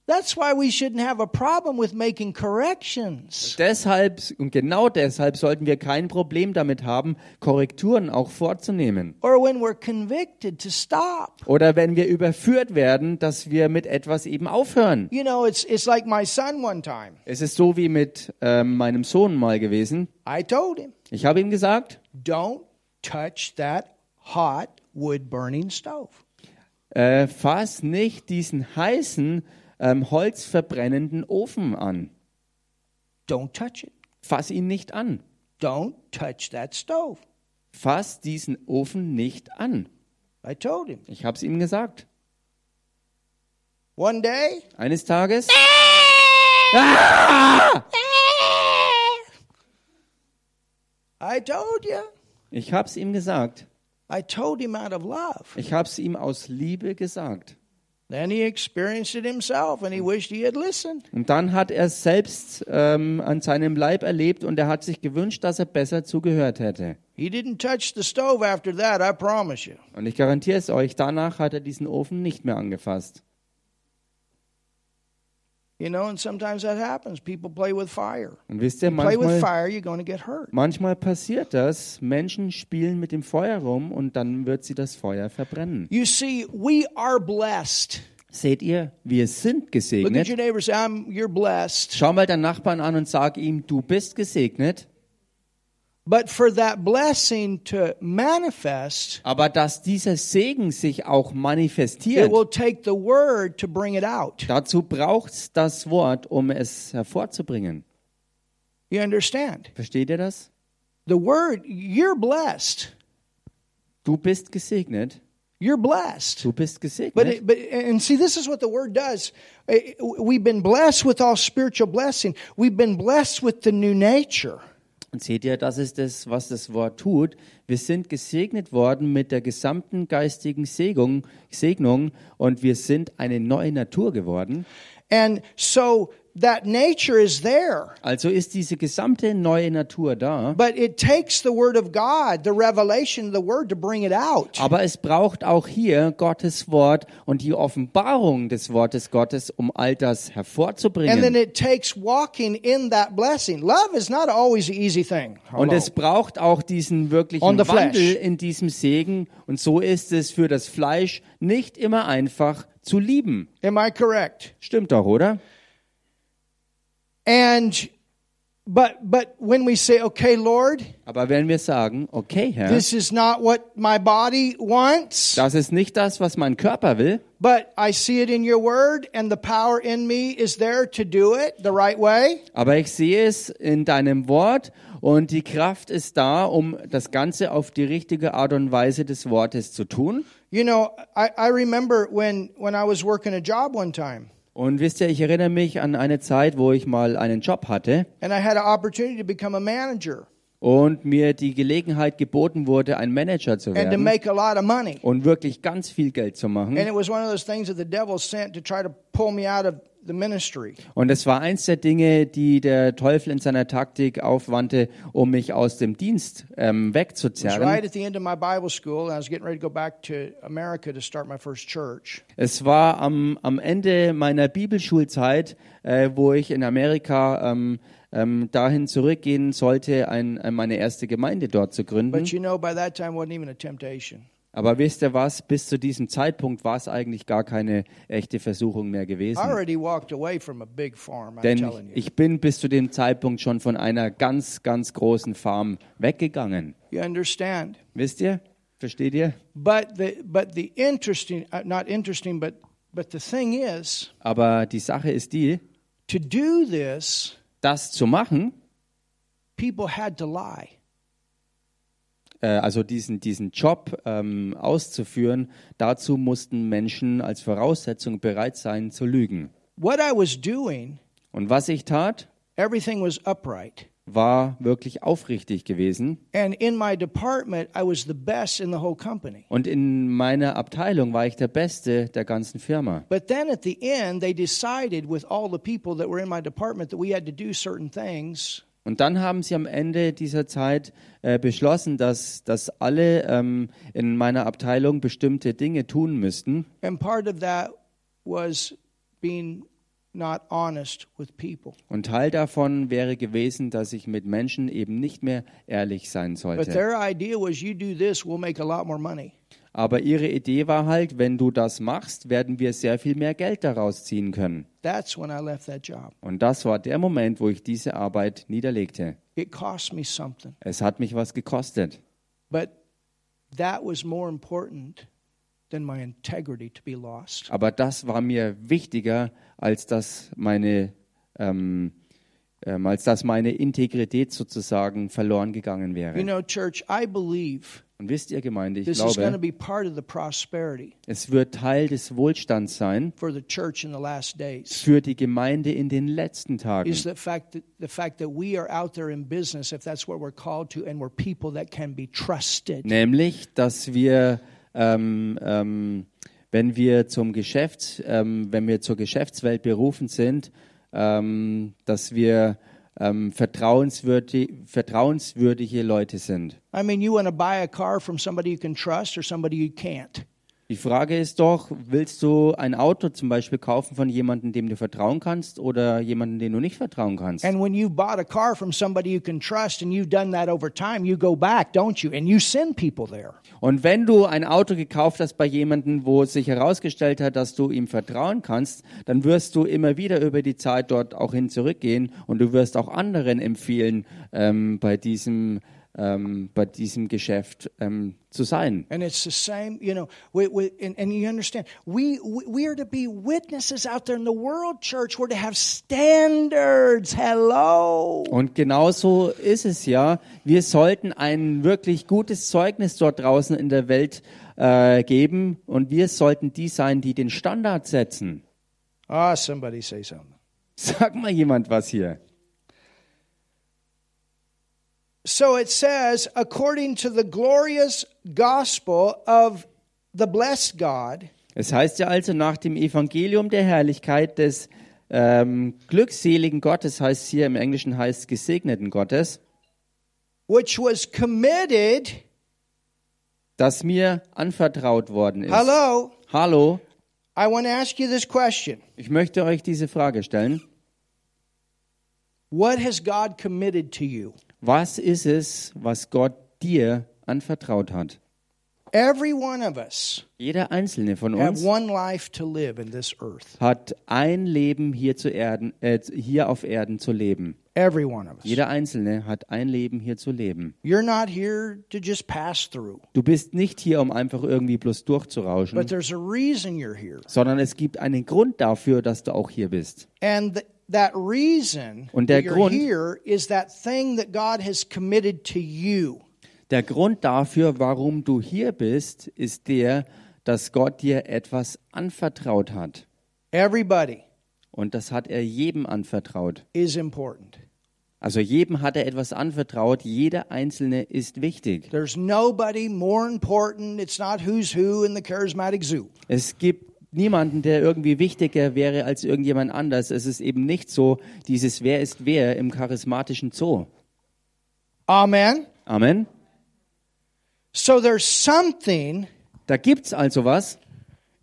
A: That's why we shouldn't have a problem with making corrections.
B: Deshalb und genau deshalb sollten wir kein Problem damit haben, Korrekturen auch vorzunehmen.
A: Or when we're convicted to stop.
B: Oder wenn wir überführt werden, dass wir mit etwas eben aufhören.
A: You know, it's, it's like my son one time.
B: Es ist so wie mit ähm, meinem Sohn mal gewesen.
A: I told him,
B: Ich habe ihm gesagt,
A: don't touch that hot wood burning stove.
B: äh, fass nicht diesen heißen, ähm, holzverbrennenden Ofen an.
A: Don't touch it.
B: Fass ihn nicht an.
A: Don't touch that stove.
B: Fass diesen Ofen nicht an.
A: I told him.
B: Ich habe es ihm gesagt.
A: One day,
B: Eines Tages.
A: I told you.
B: Ich hab's ihm gesagt.
A: I told him out of love.
B: Ich hab's ihm aus Liebe gesagt.
A: Then he experienced it himself and he wished he had listened.
B: Und dann hat er es selbst ähm, an seinem Leib erlebt und er hat sich gewünscht, dass er besser zugehört hätte.
A: He didn't touch the stove after that, I promise you.
B: Und ich garantiere es euch, danach hat er diesen Ofen nicht mehr angefasst.
A: You know, and sometimes that happens. People play with fire.
B: Und wisst ihr,
A: Play with
B: manchmal,
A: fire, you're going to get hurt.
B: manchmal passiert das, Menschen spielen mit dem Feuer rum und dann wird sie das Feuer verbrennen.
A: You see, we are blessed.
B: Seht ihr, wir
A: Look
B: sind
A: at your
B: gesegnet.
A: neighbor and say, I'm, you're blessed.
B: Schau mal deinen Nachbarn an und sag ihm, du bist gesegnet.
A: But for that blessing to manifest,
B: Aber dass dieser Segen sich auch manifestiert,
A: it will take the word to bring it out.
B: Dazu braucht's das Wort, um es hervorzubringen.
A: You understand?
B: Versteht ihr das?
A: The word, you're blessed.
B: Du bist gesegnet.
A: You're blessed.
B: Du bist
A: But,
B: gesegnet.
A: it, but and see, this is what the word does. Eh, We've been blessed with all spiritual blessing. We've been blessed with the new nature.
B: Und seht ihr, das ist das, was das Wort tut. Wir sind gesegnet worden mit der gesamten geistigen Segnung, Segnung und wir sind eine neue Natur geworden.
A: And so that nature is there.
B: Also ist diese gesamte neue Natur da.
A: But it takes the word of God, the revelation of the word to bring it out.
B: Aber es braucht auch hier Gottes Wort und die Offenbarung des Wortes Gottes, um all
A: And
B: das
A: then
B: hervorzubringen.
A: it takes walking in that blessing. Love is not always an easy thing.
B: Und es braucht auch diesen wirklichen
A: On the flesh.
B: Wandel in diesem Segen. Und so ist es für das Fleisch nicht immer einfach zu lieben.
A: Am I correct?
B: Stimmt doch, oder?
A: And But but when we say, okay, Lord,
B: Aber wenn wir sagen, okay, Herr,
A: this is not what my body wants,
B: das ist nicht das, was mein Körper will,
A: but I see it in your word and the power in me is there to do it the right way,
B: aber ich sehe es in deinem Wort und die Kraft ist da, um das Ganze auf die richtige Art und Weise des Wortes zu tun.
A: you know, I, I remember when when I was working a job one time
B: Und wisst ihr, ich erinnere mich an eine Zeit, wo ich mal einen Job hatte
A: and I had an opportunity to become a manager
B: und mir die Gelegenheit geboten wurde, ein Manager zu
A: and to
B: werden
A: make a lot of money.
B: und wirklich ganz viel Geld zu
A: And
B: machen.
A: it was one of those things that the devil sent to try to pull me out of the ministry.
B: Und das war eins der Dinge, die der Teufel in seiner Taktik aufwandte, um mich aus dem Dienst ähm,
A: It was right
B: wegzuzerren.
A: at the end of my Bible school, and I was getting ready to go back to America to start my first church.
B: Es war am, am Ende meiner Bibelschulzeit, äh, wo ich in Amerika ähm, ähm, dahin zurückgehen sollte, ein, ein, meine erste Gemeinde dort zu gründen.
A: But you know, by that time, it wasn't even a temptation.
B: Aber wisst ihr was, bis zu diesem Zeitpunkt war es eigentlich gar keine echte Versuchung mehr gewesen.
A: I already walked away from a big farm, I'm
B: Denn
A: telling you.
B: ich bin bis zu dem Zeitpunkt schon von einer ganz, ganz großen Farm weggegangen.
A: You understand?
B: Wisst ihr? Versteht ihr?
A: But the, but the interesting, uh, not interesting, but, but the thing is,
B: Aber die Sache ist die,
A: to do this,
B: das zu machen,
A: people had to lie.
B: äh, also diesen, diesen Job ähm, auszuführen, dazu mussten Menschen als Voraussetzung bereit sein zu lügen.
A: What I was doing,
B: Und was ich tat,
A: everything was upright.
B: war wirklich aufrichtig gewesen.
A: And in my department, I was the best in the whole company.
B: Und in meiner Abteilung war ich der Beste der ganzen Firma.
A: But then at the end, they decided with all the people that were in my department that we had to do certain things.
B: Und dann haben sie am Ende dieser Zeit äh, beschlossen, dass, dass alle ähm, in meiner Abteilung bestimmte Dinge tun müssten.
A: And part of that was being not honest with people.
B: Und Teil davon wäre gewesen, dass ich mit Menschen eben nicht mehr ehrlich sein
A: But
B: sollte.
A: their idea was you do this, we'll make a lot more money.
B: Aber ihre Idee war halt, wenn du das machst, werden wir sehr viel mehr Geld daraus ziehen können.
A: That's when I left that job.
B: Und das war der Moment, wo ich diese Arbeit niederlegte.
A: It cost me something.
B: Es hat mich was gekostet.
A: But that was more important than my integrity to be lost.
B: Aber das war mir wichtiger, als dass meine, ähm, ähm, als dass meine Integrität sozusagen verloren
A: You
B: gegangen wäre.
A: know, church, I believe
B: Und wisst ihr, Gemeinde, ich
A: this is going to
B: glaube,
A: be part of the prosperity
B: es wird Teil des Wohlstands sein
A: for the church in the last days.
B: für die Gemeinde in den letzten Tagen.
A: is the fact that the fact that we are out there in business if that's what we're called to and we're people that can be trusted
B: Nämlich, dass wir, ähm, ähm, wenn wir zum Geschäft, ähm, wenn wir zur Geschäftswelt berufen sind, ähm, dass wir ähm, vertrauenswürdig, vertrauenswürdige Leute sind.
A: i mean you want to buy a car from somebody you can trust or somebody you can't
B: Die Frage ist doch, willst du ein Auto zum Beispiel kaufen von jemandem, dem du vertrauen kannst oder jemandem, dem du nicht vertrauen kannst?
A: and when you've bought a car from somebody you can trust and you've done that over time you go back don't you and you send people there
B: Und wenn du ein Auto gekauft hast bei jemandem, wo es sich herausgestellt hat, dass du ihm vertrauen kannst, dann wirst du immer wieder über die Zeit dort auch hin zurückgehen und du wirst auch anderen empfehlen, ähm, bei, diesem, ähm, bei diesem Geschäft ähm, zu sein.
A: and it's the same you know we, we, and, and you understand we, we we are to be witnesses out there in the world church we're to have standards hello
B: Und genauso ist es ja. Wir sollten ein wirklich gutes Zeugnis dort draußen in der Welt äh, geben und wir sollten die sein, die den Standard setzen.
A: ah somebody say something
B: Sag mal jemand was hier.
A: So it says, according to the glorious gospel of the blessed God,
B: Es heißt ja also nach dem Evangelium der Herrlichkeit des ähm, glückseligen Gottes heißt hier im Englischen heißt gesegneten Gottes,
A: which was committed,
B: das mir anvertraut worden ist.
A: hello,
B: Hallo,
A: I want to ask you this question.
B: ich möchte euch diese Frage stellen.
A: What has God committed to you?
B: Was ist es, was Gott dir anvertraut hat?
A: Every one of us
B: Jeder einzelne von
A: have
B: uns
A: one life to live in this earth.
B: hat ein Leben hier, zu Erden, äh, hier auf Erden zu leben.
A: Every one of us.
B: Jeder einzelne hat ein Leben hier zu leben.
A: You're not here to just pass through,
B: Du bist nicht hier, um einfach irgendwie bloß
A: but
B: durchzurauschen,
A: there's a reason you're here.
B: sondern es gibt einen Grund dafür, dass du auch hier bist.
A: And th- that reason
B: Und der
A: that you're
B: Grund-
A: here is that thing that God has committed to you.
B: Der Grund dafür, warum du hier bist, ist der, dass Gott dir etwas anvertraut hat.
A: Everybody
B: Und das hat er jedem anvertraut.
A: is important.
B: Also jedem hat er etwas anvertraut, jeder Einzelne ist wichtig.
A: There's nobody more important. It's not who's who in the charismatic zoo.
B: Es gibt niemanden, der irgendwie wichtiger wäre als irgendjemand anders. Es ist eben nicht so dieses Wer ist wer im charismatischen Zoo.
A: Amen.
B: Amen.
A: So there's something,
B: Da gibt's also was.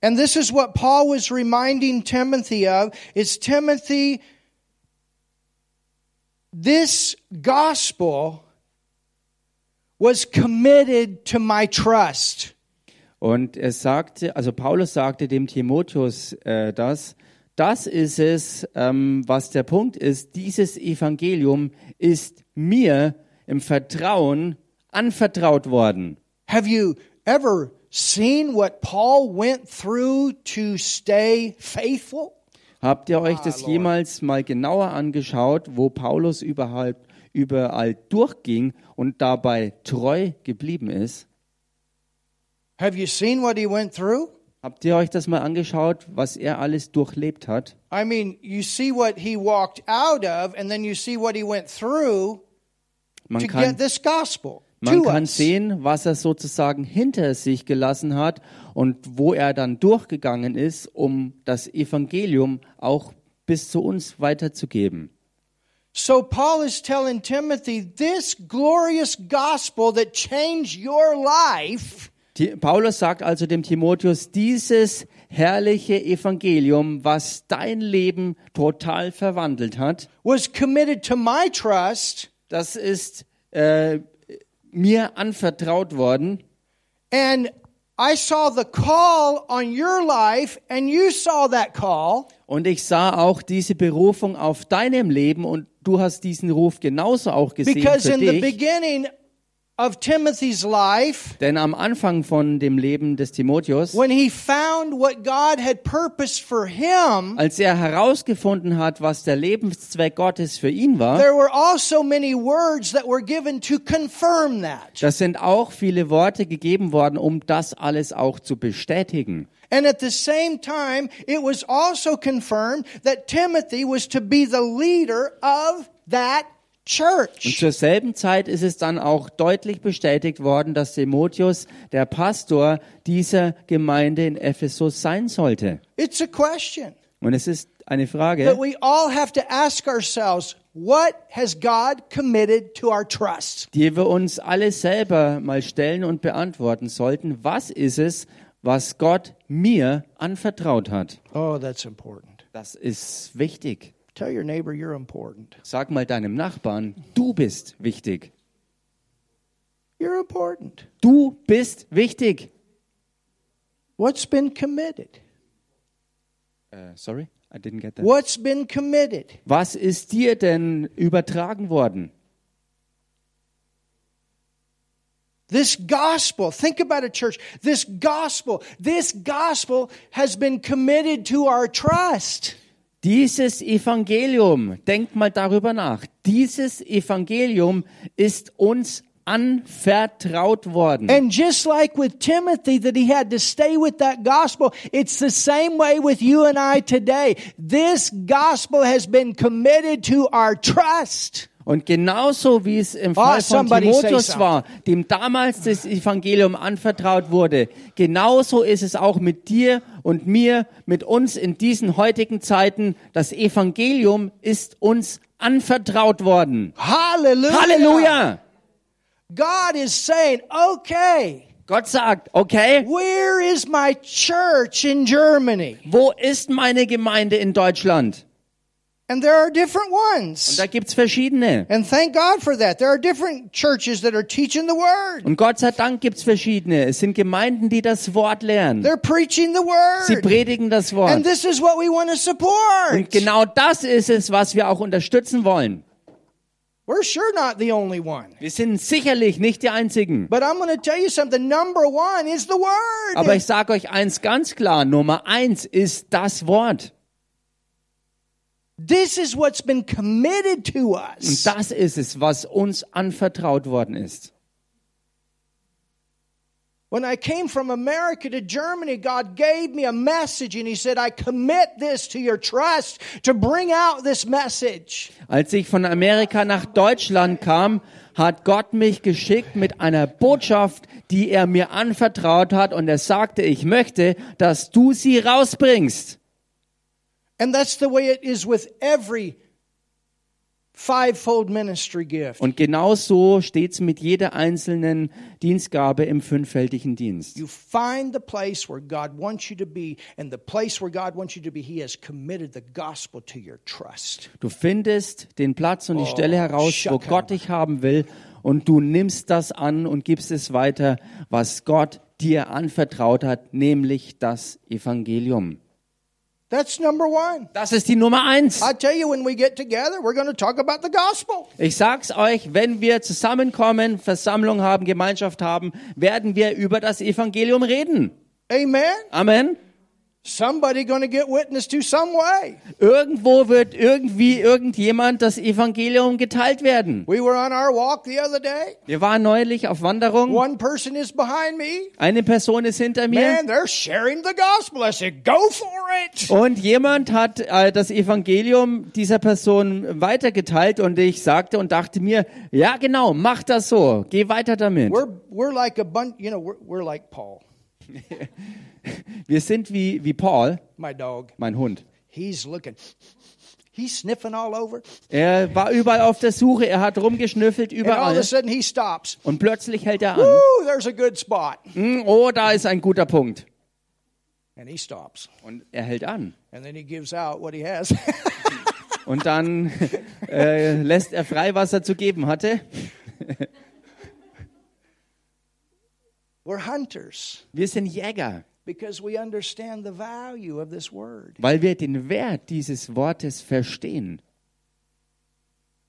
A: and this is what Paul was reminding Timothy of, is Timothy, this gospel was committed to my trust.
B: Und er sagte, also Paulus sagte dem Timotheus äh, das. Das ist es, ähm, was der Punkt ist. Dieses Evangelium ist mir im Vertrauen anvertraut worden.
A: Have you ever seen what Paul went through to stay faithful?
B: Habt ihr
A: Ah,
B: euch das jemals mal genauer angeschaut, wo Paulus überhaupt überall durchging und dabei treu geblieben ist?
A: Have you seen what he went through?
B: Habt ihr euch das mal angeschaut, was er alles durchlebt hat?
A: I mean, you see what he walked out of, and then you see what he went through
B: Man
A: to
B: kann,
A: get this gospel
B: man
A: to
B: kann
A: us.
B: sehen, was er sozusagen hinter sich gelassen hat und wo er dann durchgegangen ist, um das Evangelium auch bis zu uns weiterzugeben.
A: So Paul is telling Timothy, this glorious gospel that changed your life
B: Ti- Paulus sagt also dem Timotheus, dieses herrliche Evangelium, was dein Leben total verwandelt hat,
A: was committed to my trust,
B: das ist äh, mir anvertraut worden.
A: and I saw the call on your life, and you saw that call.
B: Und ich sah auch diese Berufung auf deinem Leben und du hast diesen Ruf genauso auch gesehen
A: Because
B: für
A: in the
B: dich.
A: beginning of Timothy's life,
B: Denn am Anfang von dem Leben des Timotheus,
A: when he found what God had purposed for him,
B: als er herausgefunden hat, was der Lebenszweck Gottes für ihn war,
A: There were also many words that were given to confirm that.
B: das sind auch viele Worte gegeben worden, um das alles auch zu bestätigen.
A: And at the same time, it was also confirmed that Timothy was to be the leader of that
B: Und
A: church.
B: zur selben Zeit ist es dann auch deutlich bestätigt worden, dass Timotheus der Pastor dieser Gemeinde in Ephesus sein sollte.
A: It's a question
B: Und es ist eine
A: that
B: Frage,
A: we all have to ask ourselves what has God committed to our trust?
B: die wir uns alle selber mal stellen und beantworten sollten. Was ist es, was Gott mir anvertraut hat?
A: Oh, that's important.
B: Das ist wichtig.
A: Tell your neighbor you're important.
B: Sag mal deinem Nachbarn, du bist wichtig.
A: You're important.
B: Du bist wichtig.
A: What's been committed?
B: Äh, sorry, I didn't get that.
A: What's been committed?
B: Was ist dir denn übertragen worden?
A: This gospel, think about it, church. This gospel, this gospel has been committed to our trust.
B: Dieses Evangelium, denkt mal darüber nach, dieses Evangelium ist uns anvertraut worden.
A: And just like with Timothy, that he had to stay with that gospel, it's the same way with you and I today. This gospel has been committed to our trust.
B: Und genauso wie es im
A: Ah,
B: Fall von
A: somebody say
B: Timotheus
A: something.
B: war, dem damals das Evangelium anvertraut wurde, genauso ist es auch mit dir und mir, mit uns in diesen heutigen Zeiten. Das Evangelium ist uns anvertraut worden.
A: Hallelujah.
B: Halleluja!
A: God is saying, okay,
B: Gott sagt, okay,
A: where is my church in Germany?
B: wo ist meine Gemeinde in Deutschland?
A: And there are different ones.
B: Und da gibt's verschiedene.
A: And thank God for that. There are different churches that are teaching the word.
B: Und Gott sei Dank gibt's verschiedene. Es sind Gemeinden, die das Wort lernen.
A: They're preaching the
B: Sie
A: word.
B: predigen das
A: And
B: Wort.
A: this is what we want to
B: Und
A: support.
B: genau das ist es, was wir auch unterstützen wollen.
A: We're sure not the only one.
B: Wir sind sicherlich nicht die Einzigen.
A: But I'm going to tell you something. Number one is the word.
B: Aber ich sage euch eins ganz klar, Nummer eins ist das Wort.
A: this is what's been committed to
B: Und
A: us.
B: das ist es, was uns anvertraut worden ist.
A: When I came from America to Germany, God gave me a message and He said, I commit this to your trust to bring out this message.
B: Als ich von Amerika nach Deutschland kam, hat Gott mich geschickt mit einer Botschaft, die er mir anvertraut hat und er sagte, ich möchte, dass du sie rausbringst.
A: And that's the way it is with every fivefold ministry gift.
B: Und genau so steht's mit jeder einzelnen Dienstgabe im fünffältigen Dienst.
A: You find the place where God wants you to be, and the place where God wants you to be, He has committed the gospel to your trust.
B: Du findest den Platz und die Stelle heraus, wo
A: Shaka.
B: Gott dich haben will und du nimmst das an und gibst es weiter, was Gott dir anvertraut hat, nämlich das Evangelium.
A: That's number one.
B: Das ist die Nummer eins.
A: I tell you, when we get together, we're going to talk about the gospel.
B: Ich sag's euch, wenn wir zusammenkommen, Versammlung haben, Gemeinschaft haben, werden wir über das Evangelium reden.
A: Amen.
B: Amen.
A: Somebody going to get witness to some way.
B: Irgendwo wird irgendwie irgendjemand das Evangelium geteilt werden.
A: We were on our walk the other day.
B: Wir waren neulich auf Wanderung.
A: One person is behind me.
B: Eine Person ist hinter mir.
A: Man, they're sharing the gospel. I said, go for it.
B: Und jemand hat äh, das Evangelium dieser Person weitergeteilt und ich sagte und dachte mir, ja genau, mach das so, geh weiter damit.
A: We're, we're like a bunch, you know, we're, we're like Paul,
B: Wir sind wie, wie Paul,
A: my dog.
B: mein Hund.
A: He's looking, he's sniffing all over.
B: Er war überall auf der Suche, er hat rumgeschnüffelt
A: And all of a
B: überall
A: sudden he stops.
B: und plötzlich hält er an.
A: Ooh, there's a good spot.
B: Hm, Oh, da ist ein guter Punkt.
A: And he stops.
B: Und er hält an.
A: And then he gives out what he has.
B: Und dann äh, lässt er frei, was er zu geben hatte.
A: we're hunters
B: Wir sind Jäger,
A: because we understand the value of this word.
B: weil wir den Wert dieses Wortes verstehen.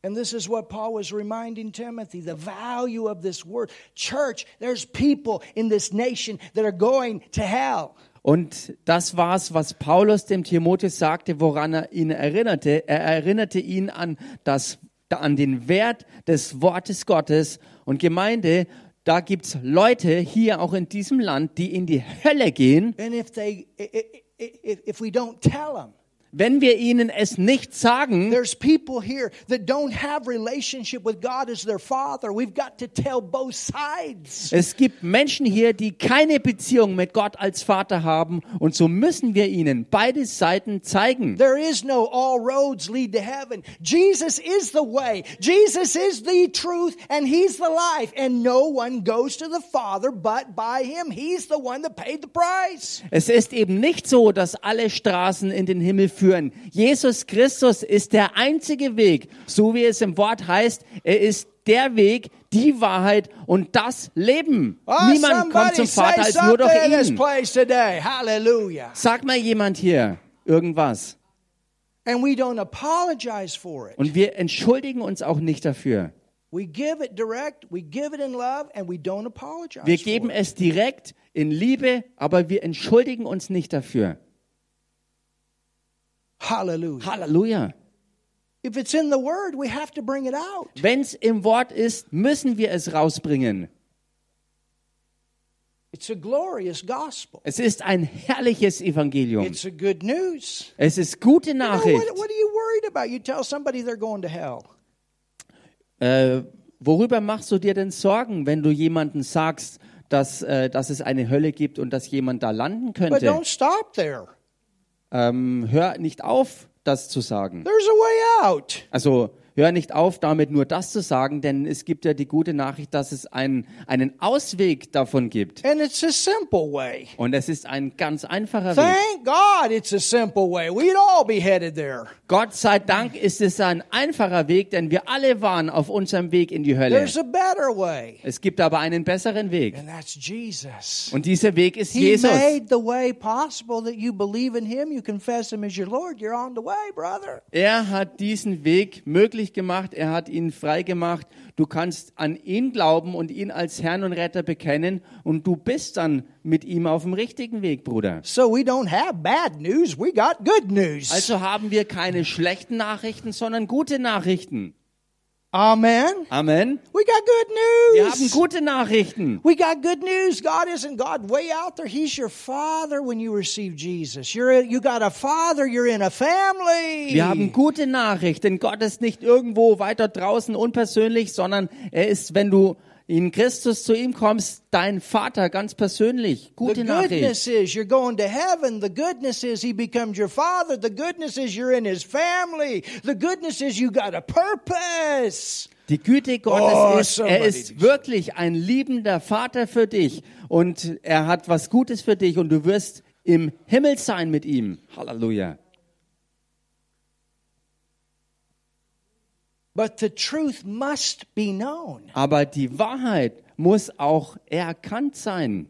A: And this is what Paul was reminding Timothy the value of this word. Church, there's people in this nation that are going to hell.
B: Und das war's, was Paulus dem Timotheus sagte, woran er ihn erinnerte. Er erinnerte ihn an das, an den Wert des Wortes Gottes und Gemeinde. Da gibt's Leute hier auch in diesem Land, die in die Hölle gehen,
A: And if they i- i- i- if, if we don't tell them,
B: wenn wir ihnen es nicht sagen.
A: there's people here that don't have relationship with God as their father. We've got to tell both sides.
B: Es gibt Menschen hier, die keine Beziehung mit Gott als Vater haben und so müssen wir ihnen beide Seiten zeigen.
A: There is no all roads lead to heaven. Jesus is the way. Jesus is the truth and he's the life and no one goes to the Father but by him. He's the one that paid the price.
B: Es ist eben nicht so, dass alle Straßen in den Himmel führen. Jesus Christus ist der einzige Weg, so wie es im Wort heißt. Er ist der Weg, die Wahrheit und das Leben.
A: Oh,
B: Niemand
A: somebody
B: kommt zum Vater
A: say
B: als nur durch
A: something in this
B: ihn.
A: place today. Hallelujah.
B: Sag mal jemand hier irgendwas.
A: And we don't apologize for it.
B: Und wir entschuldigen uns auch nicht dafür.
A: We give it direct, we give it in love, and we don't apologize.
B: Wir
A: for
B: geben
A: it.
B: es direkt in Liebe, aber wir entschuldigen uns nicht dafür.
A: Hallelujah.
B: Halleluja.
A: If it's in the word, we have to bring it out.
B: Wenn es im Wort ist, müssen wir es rausbringen.
A: It's a glorious gospel.
B: Es ist ein herrliches Evangelium.
A: It's a good news.
B: Es ist gute
A: You know,
B: Nachricht.
A: what, what are you worried about? You tell somebody they're going to hell.
B: Äh, worüber machst du dir denn Sorgen, wenn du jemandem sagst, dass, äh, dass es eine Hölle gibt und dass jemand da landen
A: But
B: könnte?
A: don't stop there.
B: Ähm, hör nicht auf, das zu sagen.
A: There's a way out.
B: Also hör nicht auf, damit nur das zu sagen, denn es gibt ja die gute Nachricht, dass es einen, einen Ausweg davon gibt.
A: And it's a simple way.
B: Und es ist ein ganz einfacher Weg.
A: Thank God it's a simple way. We'd all be headed there.
B: Gott sei Dank ist es ein einfacher Weg, denn wir alle waren auf unserem Weg in die Hölle.
A: There's a better way,
B: Es gibt aber einen besseren Weg.
A: and that's Jesus.
B: Und dieser Weg ist
A: He
B: Jesus.
A: made the way possible that you believe in Him, you confess Him as your Lord, you're on the way, brother.
B: Er hat diesen Weg möglich gemacht. Er hat ihn frei gemacht. Du kannst an ihn glauben und ihn als Herrn und Retter bekennen. Und du bist dann mit ihm auf dem richtigen Weg, Bruder.
A: So we don't have bad news, we got good news.
B: Also haben wir keine schlechten Nachrichten, sondern gute Nachrichten.
A: Amen.
B: Amen.
A: We got good
B: Wir
A: news.
B: haben gute Nachrichten.
A: We got good news. God isn't God way out there. He's your father when you receive Jesus. You're you got a father, you're in a family.
B: Wir haben gute Nachricht, denn Gott ist nicht irgendwo weiter draußen unpersönlich, sondern er ist, wenn du in Christus zu ihm kommst, dein Vater ganz persönlich.
A: the
B: Gute Nachricht.
A: goodness is you're going to heaven. The goodness is he becomes your father. The goodness is you're in his family. The goodness is you got a purpose.
B: Die Güte Gottes
A: Oh,
B: ist, er
A: somebody
B: ist
A: needs-
B: wirklich ein liebender Vater für dich und er hat was Gutes für dich und du wirst im Himmel sein mit ihm. Halleluja.
A: But the truth must be known.
B: Aber die Wahrheit muss auch erkannt sein,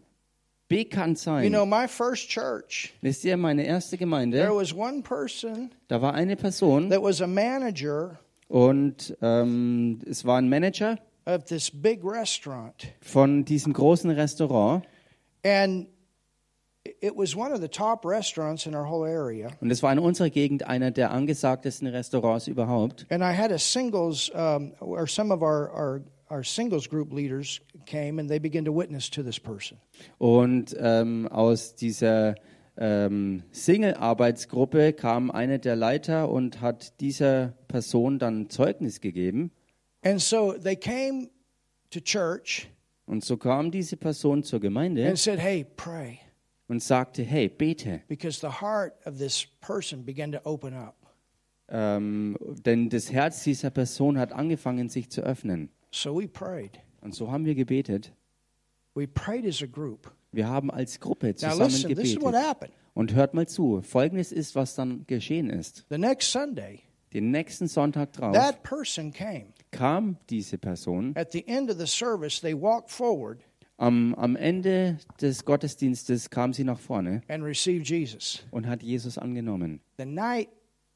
B: bekannt sein.
A: You know, my first church,
B: Wisst ihr, meine erste
A: there
B: Gemeinde,
A: was one person
B: da war eine Person
A: that was a manager
B: und ähm, es war ein Manager
A: of this big restaurant.
B: von diesem großen Restaurant
A: And it was one of the top restaurants in our whole area.
B: und es war in unserer Gegend einer der angesagtesten Restaurants überhaupt.
A: And I had a singles, um, or some of our, our, our singles group leaders came and they began to witness to this person.
B: Und ähm, aus dieser ähm, Single-Arbeitsgruppe kam einer der Leiter und hat dieser Person dann Zeugnis gegeben.
A: And so they came to church
B: Und so kam diese Person zur Gemeinde
A: and said, Hey, pray.
B: und sagte, hey, bete.
A: Because the heart of this person began to open up.
B: Ähm, denn das Herz dieser Person hat angefangen, sich zu öffnen.
A: So we prayed.
B: Und so haben wir gebetet.
A: We prayed as a group.
B: Wir haben als Gruppe
A: Now,
B: zusammen
A: listen, this is what
B: gebetet.
A: happened.
B: Und hört mal zu, folgendes ist, was dann geschehen ist.
A: The next Sunday,
B: Den nächsten Sonntag drauf
A: that person came.
B: kam diese Person
A: At the end of the service, they walked forward
B: Am, am Ende des Gottesdienstes kam sie nach vorne
A: and received Jesus.
B: und hat Jesus angenommen.
A: the night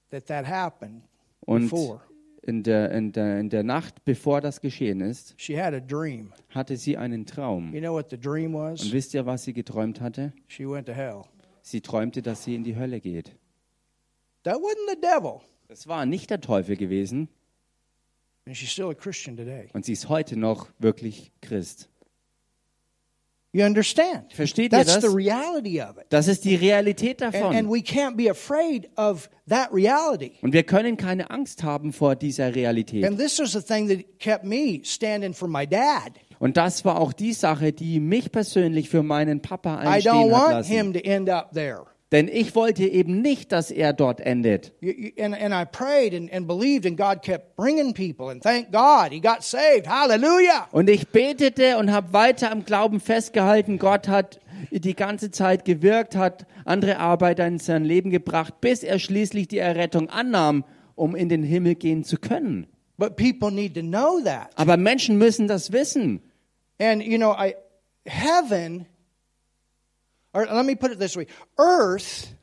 A: that that happened
B: Und
A: before
B: in der, in, der, in der Nacht, bevor das geschehen ist,
A: she had a dream
B: hatte sie einen Traum.
A: you know what the dream
B: Und
A: was
B: wisst ihr, was sie geträumt hatte?
A: she went to hell
B: Sie träumte, dass sie in die Hölle geht.
A: that wasn't the devil
B: Das war nicht der Teufel gewesen
A: and she's still a christian today
B: und sie ist heute noch wirklich Christ.
A: you understand
B: Versteht ihr
A: that's
B: das?
A: the reality of it
B: Das ist die Realität
A: and, and
B: davon.
A: we can't be afraid of that reality
B: Und wir können keine Angst haben vor dieser Realität.
A: and this was the thing that kept me standing for my dad
B: Und das war auch die Sache, die mich persönlich für meinen Papa
A: i
B: einstehen
A: don't
B: hat
A: want
B: lassen.
A: him to end up there
B: Denn ich wollte eben nicht, dass er dort endet.
A: You- you- and, and I prayed and, and believed, and God kept bringing people. And thank God, he got saved. Hallelujah.
B: Und ich betete und habe weiter am Glauben festgehalten. Gott hat die ganze Zeit gewirkt, hat andere Arbeiter in sein Leben gebracht, bis er schließlich die Errettung annahm, um in den Himmel gehen zu können.
A: But people need to know that.
B: Aber Menschen müssen das wissen.
A: And you know, I heaven or let me put it this way. Earth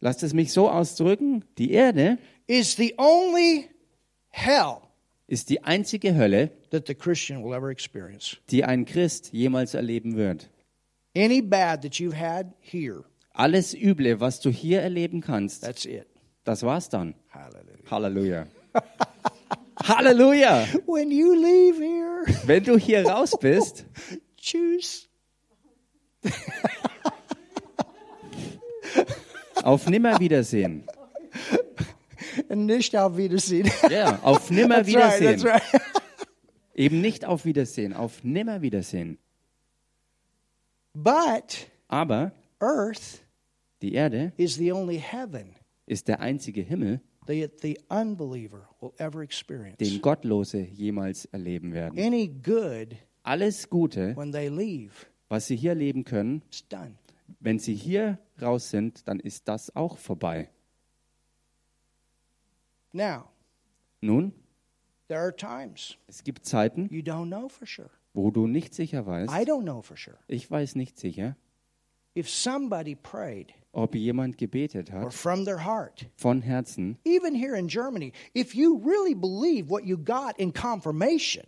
B: Lasst es mich so ausdrücken, die Erde
A: is the only hell
B: ist die einzige Hölle,
A: that the Christian will ever experience.
B: die ein Christ jemals erleben wird.
A: Any bad that you've had here,
B: Alles Üble, was du hier erleben kannst,
A: that's it.
B: das war's dann.
A: Hallelujah.
B: Halleluja. Halleluja.
A: When you leave here,
B: Wenn du hier raus bist,
A: choose
B: auf Nimmerwiedersehen.
A: and nicht auf Wiedersehen.
B: Ja, auf
A: That's right,
B: Nimmerwiedersehen.
A: that's right.
B: Eben nicht auf Wiedersehen, auf Nimmerwiedersehen.
A: But
B: Aber
A: earth
B: die Erde
A: is the only heaven
B: ist der einzige Himmel
A: that the unbeliever will ever experience.
B: den Gottlose jemals erleben werden.
A: Any good
B: Alles Gute,
A: when they leave,
B: was sie hier leben können,
A: it's done.
B: wenn sie hier raus sind, dann ist das auch vorbei.
A: Now,
B: Nun,
A: there are times
B: es gibt Zeiten,
A: you don't know for sure.
B: wo du nicht sicher weißt.
A: I don't know for sure.
B: Ich weiß nicht sicher,
A: If somebody prayed
B: ob jemand gebetet
A: or
B: hat
A: from their heart,
B: von Herzen.
A: even here in Germany, if you really believe what you got in confirmation,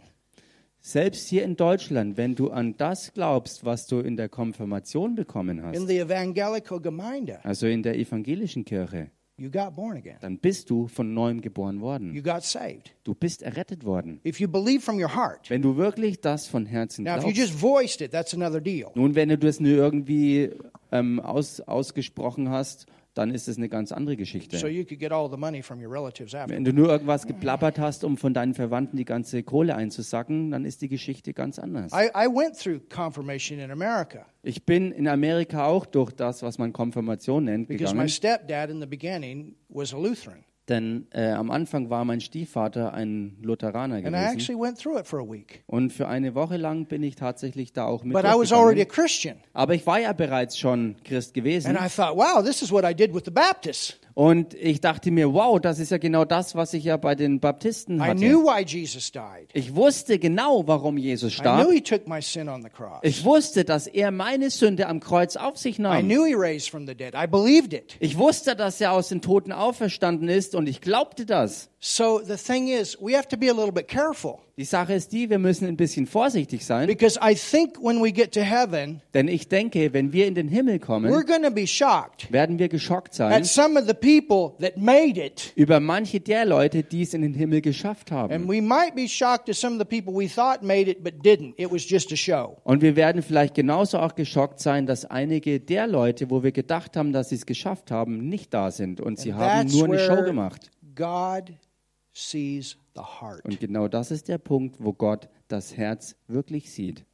B: Selbst hier in Deutschland, wenn du an das glaubst, was du in der Konfirmation bekommen
A: in
B: hast,
A: the evangelical Gemeinde,
B: also in der evangelischen Kirche,
A: you got born again.
B: dann bist du von neuem geboren worden.
A: You got saved.
B: Du bist errettet worden.
A: If you believe from your heart.
B: Wenn du wirklich das von Herzen
A: Now, if you
B: glaubst.
A: just voiced it, that's another deal.
B: Nun, wenn du das nur irgendwie ähm, aus, ausgesprochen hast, dann ist es eine ganz andere Geschichte.
A: So you could get all the money from your relatives after.
B: Wenn du nur irgendwas geplappert hast, um von deinen Verwandten die ganze Kohle einzusacken, dann ist die Geschichte ganz anders.
A: I, I went through confirmation in America
B: Ich bin in Amerika auch durch das, was man Konfirmation nennt,
A: because my
B: gegangen.
A: stepdad in the beginning was a Lutheran.
B: Denn äh, am Anfang war mein Stiefvater ein Lutheraner
A: And I
B: gewesen.
A: actually went through it for a week.
B: Und für eine Woche lang bin ich tatsächlich da auch mit.
A: But I was already a
B: durchgegangen.
A: Christian.
B: Aber ich war ja bereits schon Christ gewesen.
A: And I thought, wow, this is what I did with the Baptists.
B: Und ich dachte mir, wow, das ist ja genau das, was ich ja bei den Baptisten
A: I
B: hatte.
A: knew why Jesus died.
B: Ich wusste genau, warum Jesus
A: I knew
B: starb.
A: he took my sin on the cross.
B: Ich wusste, dass er meine Sünde am Kreuz auf sich
A: I
B: nahm.
A: knew he raised from the dead. I believed it.
B: Ich wusste, dass er aus den Toten auferstanden ist und ich glaubte das.
A: So the thing is, we have to be a little bit careful
B: Die Sache ist die, wir müssen ein bisschen vorsichtig sein,
A: because I think when we get to heaven,
B: denn ich denke, wenn wir in den Himmel
A: we're
B: kommen,
A: going to be shocked
B: werden wir geschockt sein
A: at some of the people that made it.
B: über manche der Leute, die es in den Himmel geschafft
A: And
B: haben.
A: we might be shocked at some of the people we thought made it but didn't. It was just a show.
B: Und wir werden vielleicht genauso auch geschockt sein, dass einige der Leute, wo wir gedacht haben, dass sie es geschafft haben, nicht da sind und sie
A: And
B: haben
A: that's
B: nur eine Show
A: where
B: gemacht.
A: God sees the heart.
B: Und genau das ist der Punkt, wo Gott das Herz wirklich sieht.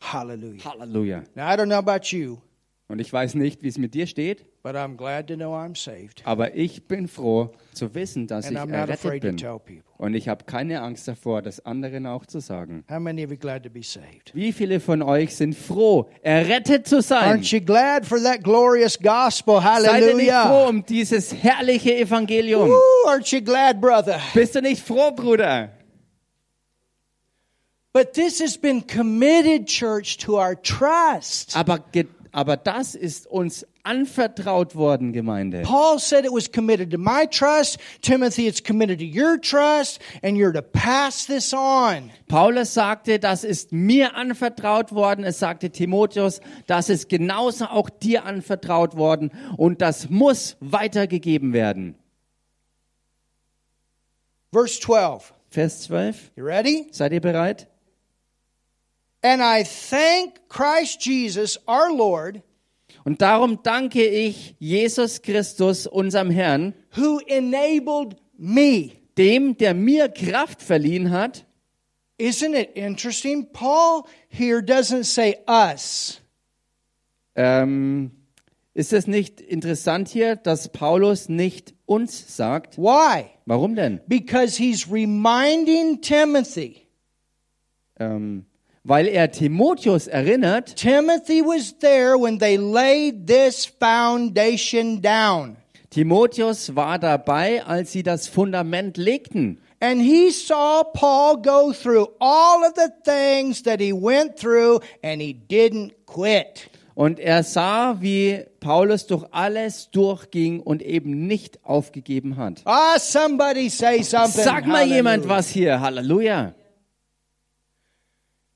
A: Hallelujah.
B: Halleluja.
A: Now, I don't know about you,
B: Und ich weiß nicht, wie es mit dir steht,
A: but I'm glad to know I'm saved.
B: aber ich bin froh zu wissen, dass
A: And
B: ich
A: I'm not
B: errettet
A: afraid to
B: bin.
A: tell people.
B: Und ich habe keine Angst davor, das anderen auch zu sagen.
A: How many of you glad to be saved?
B: Wie viele von euch sind froh, errettet zu sein?
A: Aren't you glad for that glorious gospel?
B: Seid ihr nicht froh
A: Hallelujah.
B: um dieses herrliche Evangelium?
A: Woo, aren't you glad, brother?
B: Bist du nicht froh, Bruder?
A: But this has been committed, church, to our trust.
B: Aber, ge- aber das ist uns anvertraut worden, Gemeinde.
A: Paul said it was committed to my trust. Timothy, it's committed to your trust, and you're to pass this on.
B: Paulus sagte, das ist mir anvertraut worden. Es sagte Timotheus, das ist genauso auch dir anvertraut worden. Und das muss weitergegeben werden.
A: Verse 12.
B: Vers 12.
A: You ready?
B: Seid ihr bereit?
A: And I thank Christ Jesus, our Lord,
B: Und darum danke ich Jesus Christus, unserem Herrn,
A: who enabled me.
B: dem, der mir Kraft verliehen hat.
A: Isn't it interesting? Paul here doesn't say us.
B: Ähm, ist es nicht interessant hier, dass Paulus nicht uns sagt?
A: Why?
B: Warum denn?
A: Because he's reminding Timothy.
B: Ähm, weil er Timotheus erinnert,
A: Timothy was there when they laid this foundation down.
B: Timotheus war dabei, als sie das Fundament legten.
A: And he saw Paul go through all of the things that he went through and he didn't quit.
B: Und er sah, wie Paulus durch alles durchging und eben nicht aufgegeben hat.
A: Ah, somebody say something.
B: Sag mal jemand
A: Hallelujah.
B: was hier. Halleluja.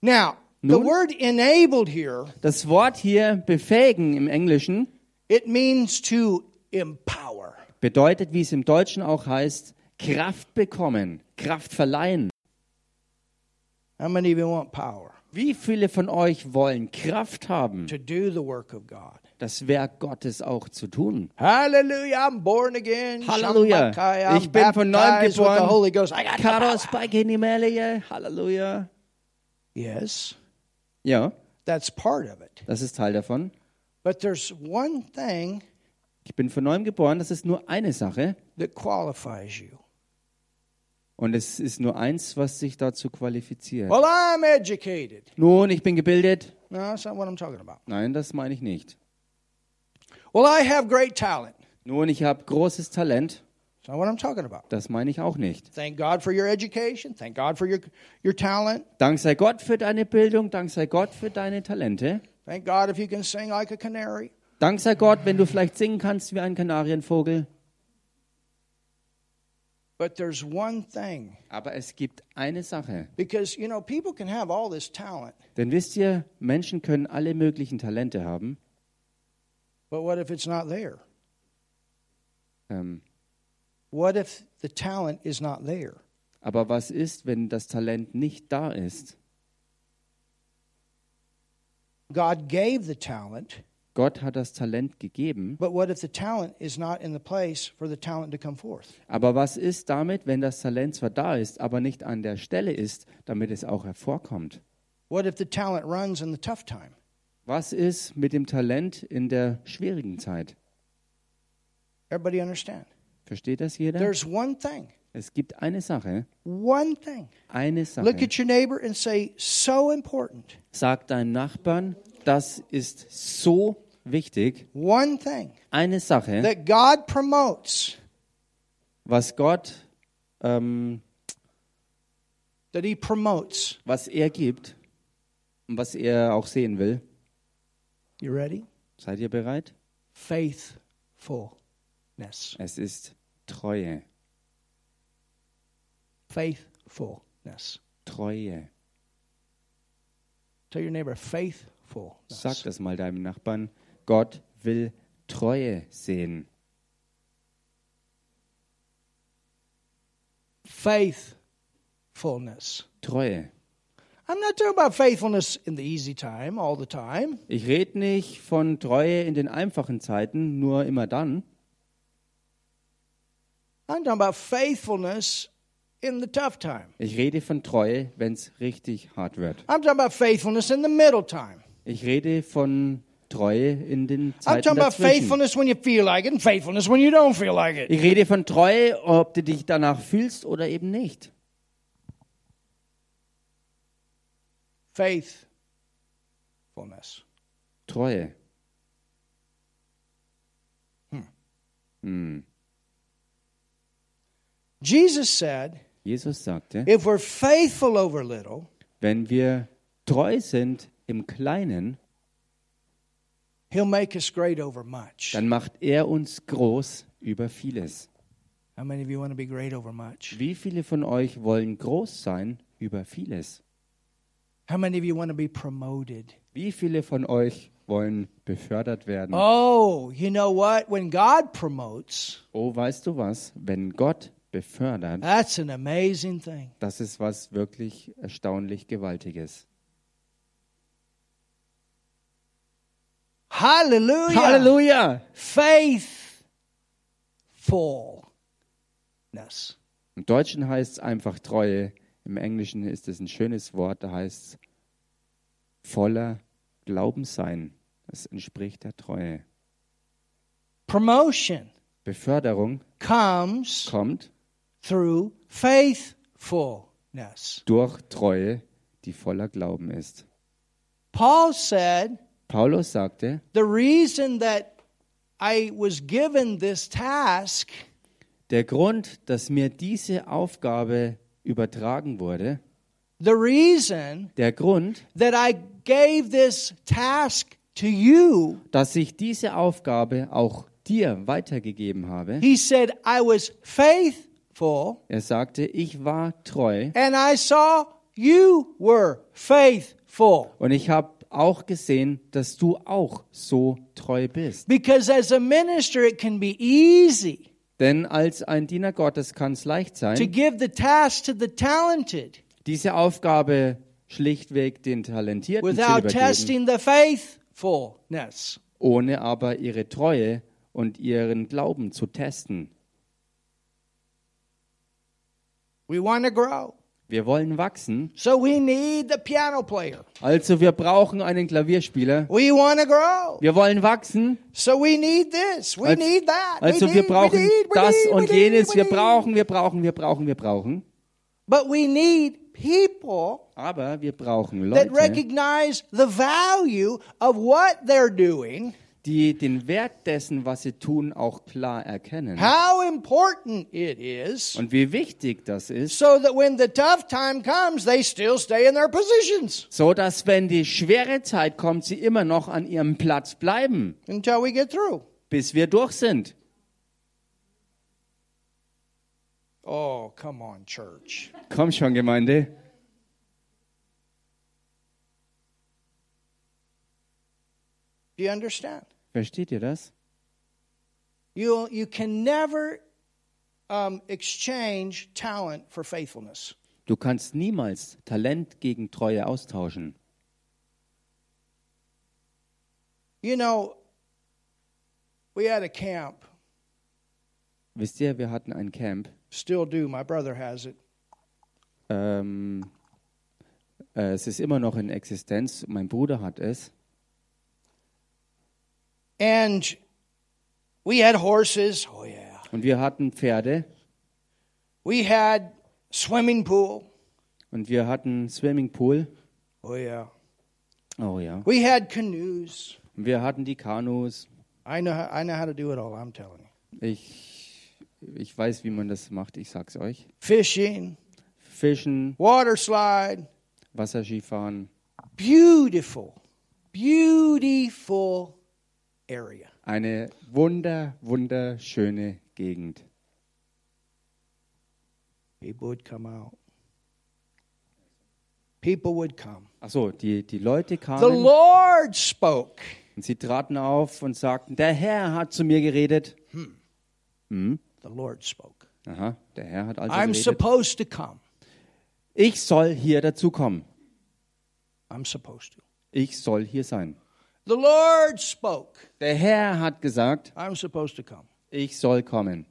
A: Now, the
B: Nun?
A: word enabled here,
B: Das Wort hier befähigen im Englischen
A: it means to empower.
B: bedeutet, wie es im Deutschen auch heißt, Kraft bekommen, Kraft verleihen.
A: How many of you want power
B: Wie viele von euch wollen Kraft haben,
A: to do the work of God?
B: das Werk Gottes auch zu tun?
A: Hallelujah, I'm born again.
B: Halleluja.
A: Shambakai, I'm
B: Ich bin von neuem
A: baptized with the
B: geboren.
A: Holy Ghost. I got the
B: Karos
A: power.
B: Bagenimelie, Halleluja.
A: Yes,
B: Ja,
A: that's part of it.
B: das ist Teil davon.
A: But there's one thing
B: Ich bin von neuem geboren, das ist nur eine Sache
A: that qualifies you.
B: und es ist nur eins, was sich dazu qualifiziert.
A: Well, I'm educated.
B: Nun, ich bin gebildet.
A: No, that's not what I'm talking about.
B: Nein, das meine ich nicht.
A: Well, I have great talent.
B: Nun, ich habe großes Talent.
A: That's not what I'm talking about.
B: Das meine ich auch nicht.
A: Thank God for your education. Thank God for your, your talent.
B: Dank sei Gott für deine Bildung, dank sei Gott für deine Talente.
A: Thank God if you can sing like a canary.
B: Dank sei Gott, wenn du vielleicht singen kannst wie ein Kanarienvogel.
A: But there's one thing
B: Aber es gibt eine Sache.
A: because, you know, people can have all this talent,
B: Denn wisst ihr, Menschen können alle möglichen Talente haben.
A: but what if it's not there?
B: Ähm,
A: What if the talent is not there?
B: aber was ist, wenn das Talent nicht da ist?
A: God gave the talent,
B: Gott hat das Talent gegeben.
A: but what if the talent is not in the place for the talent to come forth?
B: Aber was ist damit, wenn das Talent zwar da ist, aber nicht an der Stelle ist, damit es auch hervorkommt?
A: What if the talent runs in the tough time?
B: Was ist mit dem Talent in der schwierigen Zeit?
A: Everybody understand?
B: Versteht das jeder?
A: There's one thing,
B: Es gibt eine Sache,
A: one thing.
B: eine
A: Look
B: Sache.
A: at your neighbor and say, so important.
B: Sag deinem Nachbarn, das ist so wichtig.
A: One thing
B: Eine Sache,
A: that God promotes,
B: was Gott, ähm,
A: that He promotes.
B: was er gibt und was er auch sehen will.
A: You ready?
B: Seid ihr bereit?
A: Faithfulness.
B: Es ist Treue,
A: Faithfulness.
B: Treue.
A: Tell your neighbor, faithfulness.
B: Sag das mal deinem Nachbarn. Gott will Treue sehen.
A: Faithfulness.
B: Treue.
A: I'm not talking about faithfulness in the easy time all the time.
B: Ich rede nicht von Treue in den einfachen Zeiten, nur immer dann.
A: I'm talking about faithfulness in the tough time.
B: Ich rede von Treue, wenn es richtig hart wird.
A: I'm talking about faithfulness in the middle time.
B: Ich rede von Treue in den
A: I'm
B: Zeiten
A: talking about
B: dazwischen.
A: faithfulness when you feel like it and faithfulness when you don't feel like it.
B: Ich rede von Treue, ob du dich danach fühlst oder eben nicht.
A: Faithfulness.
B: Treue. Hm.
A: Jesus said,
B: Jesus sagte,
A: if we're faithful over little,
B: wenn wir treu sind im Kleinen,
A: He'll make us great over much.
B: dann macht er uns groß über vieles.
A: How many of you want to be great over much?
B: Wie viele von euch wollen groß sein über vieles?
A: How many of you want to be promoted?
B: Wie viele von euch wollen befördert werden?
A: Oh, you know what? When God promotes,
B: Oh, weißt du was? Wenn Gott befördert,
A: that's an amazing thing.
B: das ist was wirklich erstaunlich Gewaltiges.
A: Hallelujah.
B: Halleluja!
A: Faithfulness.
B: Im Deutschen heißt es einfach Treue. Im Englischen ist es ein schönes Wort, da heißt es voller Glauben sein. Es entspricht der Treue.
A: Promotion
B: Beförderung
A: comes
B: kommt
A: through faithfulness.
B: durch Treue, die voller Glauben ist.
A: Paul said,
B: Paulus sagte,
A: The reason that I was given this task
B: der Grund, dass mir diese Aufgabe übertragen wurde,
A: The reason
B: der Grund,
A: that I gave this task to you,
B: dass ich diese Aufgabe auch dir weitergegeben habe,
A: he said, I was faithful
B: er sagte, ich war treu
A: and I saw you were faithful.
B: und ich habe auch gesehen, dass du auch so treu bist.
A: Because as a minister, it can be easy
B: Denn als ein Diener Gottes kann es leicht
A: to
B: sein,
A: give the task to the talented
B: diese Aufgabe schlichtweg den Talentierten zu
A: without
B: übergeben.
A: testing the faithfulness.
B: ohne aber ihre Treue und ihren Glauben zu testen.
A: We want to grow.
B: Wir wollen wachsen,
A: So we need the piano player.
B: also wir brauchen einen Klavierspieler.
A: We want to grow.
B: Wir wollen wachsen,
A: So we need this. We
B: Als-
A: need that. we
B: also
A: need,
B: wir brauchen
A: we need, we
B: das
A: need,
B: und
A: we need,
B: jenes.
A: we
B: Wir
A: need.
B: brauchen, wir brauchen, wir brauchen, wir brauchen.
A: But we need people
B: Aber wir brauchen
A: that
B: Leute,
A: recognize the value of what they're doing,
B: die den Wert dessen, was sie tun, auch klar erkennen.
A: how important it is,
B: Und wie wichtig das ist,
A: so that when the tough time comes, they still stay in their positions
B: so dass wenn die schwere Zeit kommt, sie immer noch an ihrem Platz bleiben,
A: until we get through.
B: bis wir durch sind.
A: Oh, come on, church.
B: Komm schon, Gemeinde.
A: Do you understand?
B: Versteht ihr das?
A: You, you can never um, exchange talent for faithfulness.
B: Du kannst niemals Talent gegen Treue austauschen.
A: You know, we had a camp,
B: Wisst ihr, wir hatten ein Camp.
A: still do, my brother has it.
B: Ähm, äh, es ist immer noch in Existenz. Mein Bruder hat es.
A: And we had horses, oh yeah.
B: Und wir hatten Pferde
A: We had swimming pool,
B: und wir hatten Swimmingpool.
A: oh yeah.
B: Oh ja.
A: We had canoes.
B: Und wir hatten die Kanus.
A: I know, how, I know how to do it all, I'm telling you.
B: Ich, ich weiß, wie man das macht. Ich sag's euch.
A: Fishing,
B: Fischen,
A: water slide,
B: Wasserskifahren.
A: beautiful, beautiful area.
B: Eine wunder, wunderschöne Gegend.
A: People would come out. People would come.
B: Ach so, die, die Leute
A: The
B: kamen
A: Lord spoke.
B: und sie traten auf und sagten, der Herr hat zu mir geredet. Hm.
A: The Lord spoke.
B: Aha, der Herr hat also
A: I'm
B: geredet.
A: supposed to come.
B: Ich soll hier dazukommen.
A: I'm supposed to.
B: Ich soll hier sein.
A: The Lord spoke.
B: Der Herr hat gesagt,
A: I'm supposed to come.
B: ich soll kommen.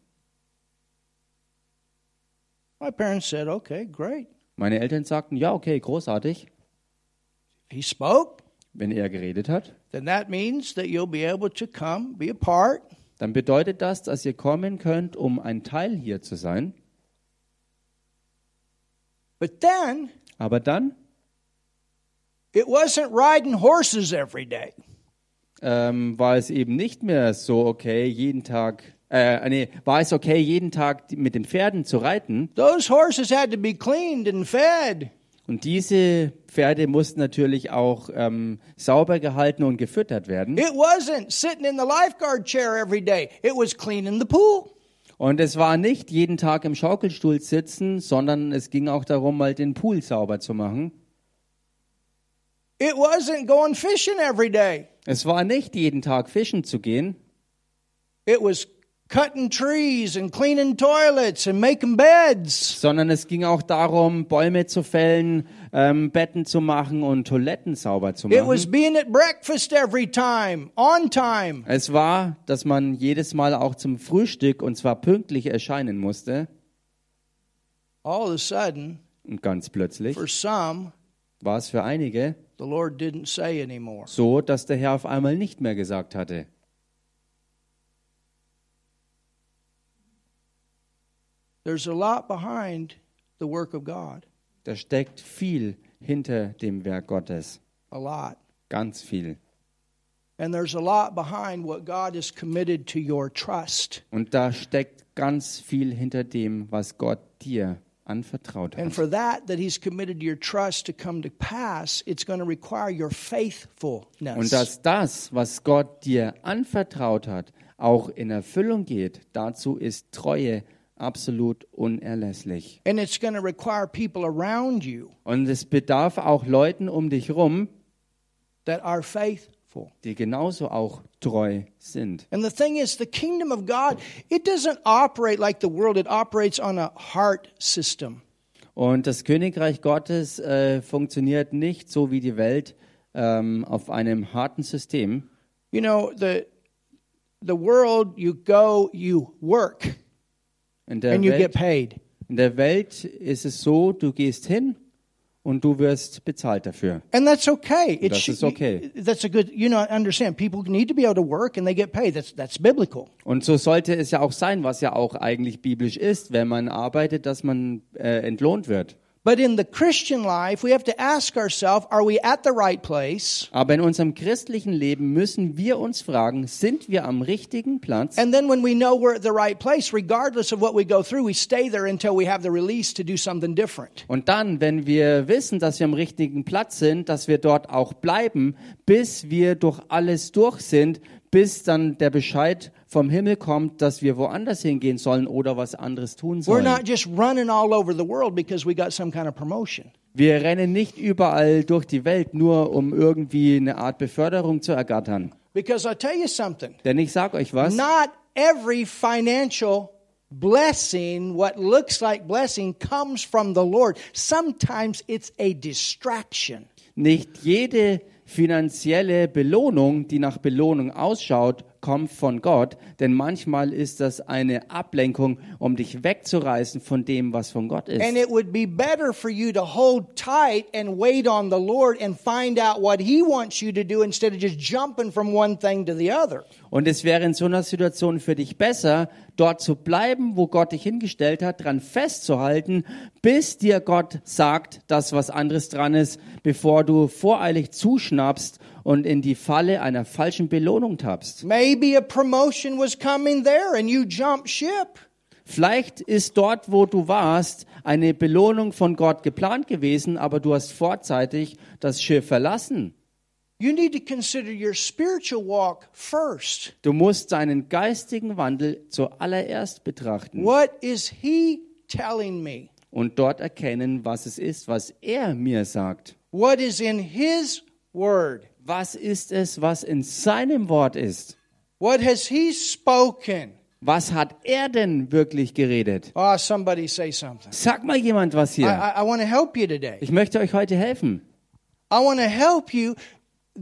A: My parents said, okay, great.
B: Meine Eltern sagten, ja, okay, großartig.
A: He spoke,
B: Wenn er geredet hat,
A: then that means that you'll be able to come, be a part.
B: dann bedeutet das, dass ihr kommen könnt, um ein Teil hier zu sein.
A: But then
B: Aber dann
A: it wasn't riding horses every day.
B: ähm, war es eben nicht mehr so okay, jeden Tag, äh, nee, war es okay, jeden Tag die- mit den Pferden zu reiten.
A: Those horses had to be cleaned and fed.
B: Und diese Pferde mussten natürlich auch ähm, sauber gehalten und gefüttert werden.
A: It wasn't sitting in the lifeguard chair every day. It was cleaning the pool.
B: Und es war nicht jeden Tag im Schaukelstuhl sitzen, sondern es ging auch darum, mal den Pool sauber zu machen.
A: It wasn't going fishing every day.
B: Es war nicht jeden Tag fischen zu gehen,
A: It was cutting trees and cleaning toilets and making beds.
B: sondern es ging auch darum, Bäume zu fällen, ähm, Betten zu machen und Toiletten sauber zu
A: It was
B: machen.
A: being at breakfast every time, on time.
B: Es war, dass man jedes Mal auch zum Frühstück und zwar pünktlich erscheinen musste.
A: All of a sudden,
B: Und ganz plötzlich
A: for some,
B: war es für einige
A: the Lord didn't say anymore.
B: so, dass der Herr auf einmal nicht mehr gesagt hatte.
A: There's a lot behind the work of God,
B: Da steckt viel hinter dem Werk Gottes.
A: a lot.
B: Ganz viel.
A: And there's a lot behind what God has committed to your trust
B: Und da steckt ganz viel hinter dem, was Gott dir anvertraut
A: And
B: hat.
A: for that, that he's committed to your trust to come to pass, it's going to require your faithfulness.
B: Und dass das, was Gott dir anvertraut hat, auch in Erfüllung geht, dazu ist Treue absolut unerlässlich.
A: and it's going to require people around you
B: Und es bedarf auch Leuten um dich rum,
A: that are faithful.
B: die genauso auch treu sind.
A: And the thing is, the kingdom of God, it doesn't operate like the world, it operates on a heart system.
B: Und das Königreich Gottes äh, funktioniert nicht so wie die Welt ähm, auf einem harten System.
A: You know, the, the world, you go, you work,
B: In der
A: and you
B: Welt
A: get paid.
B: In der Welt ist es so, du gehst hin und du wirst bezahlt dafür.
A: And that's okay. It
B: Das
A: should-
B: ist okay.
A: That's a good, you know, I understand. People need to be able to work and they get paid. That's, that's biblical.
B: Und so sollte es ja auch sein, was ja auch eigentlich biblisch ist, wenn man arbeitet, dass man äh, entlohnt wird.
A: But in the Christian life, we have to ask ourselves, are we at the right place?
B: Aber in unserem christlichen Leben müssen wir uns fragen, sind wir am richtigen Platz?
A: And then when we know we're at the right place, regardless of what we go through, we stay there until we have the release to do something different.
B: Und dann, wenn wir wissen, dass wir am richtigen Platz sind, dass wir dort auch bleiben, bis wir durch alles durch sind, bis dann der Bescheid vom Himmel kommt, dass wir woanders hingehen sollen oder was anderes tun
A: We're
B: sollen.
A: not just running all over the world because we got some kind of promotion.
B: Wir rennen nicht überall durch die Welt, nur um irgendwie eine Art Beförderung zu ergattern.
A: Because I'll tell you something,
B: Denn ich sag euch was,
A: not every financial blessing, what looks like blessing, comes from the Lord. Sometimes it's a distraction.
B: nicht jede finanzielle Belohnung, die nach Belohnung ausschaut, kommt von Gott, denn manchmal ist das eine Ablenkung, um dich wegzureißen von dem, was von Gott ist.
A: And it would be better for you to hold tight and wait on the Lord and find out what He wants you to do instead of just jumping from one thing to the other.
B: Und es wäre in so einer Situation für dich besser, dort zu bleiben, wo Gott dich hingestellt hat, dran festzuhalten, bis dir Gott sagt, dass was anderes dran ist, bevor du voreilig zuschnappst und in die Falle einer falschen Belohnung tappst.
A: Maybe a promotion was coming there and you jumped ship.
B: Vielleicht ist dort, wo du warst, eine Belohnung von Gott geplant gewesen, aber du hast vorzeitig das Schiff verlassen.
A: You need to consider your spiritual walk first.
B: Du musst deinen geistigen Wandel zuallererst betrachten
A: What is He telling me?
B: und dort erkennen, was es ist, was er mir sagt.
A: What is in His Word?
B: Was ist es, was in seinem Wort ist?
A: What has He spoken?
B: Was hat er denn wirklich geredet?
A: Ah, somebody say something.
B: Sag mal jemand was
A: I,
B: hier.
A: I, I want to help you today.
B: Ich möchte euch heute helfen.
A: I want to help you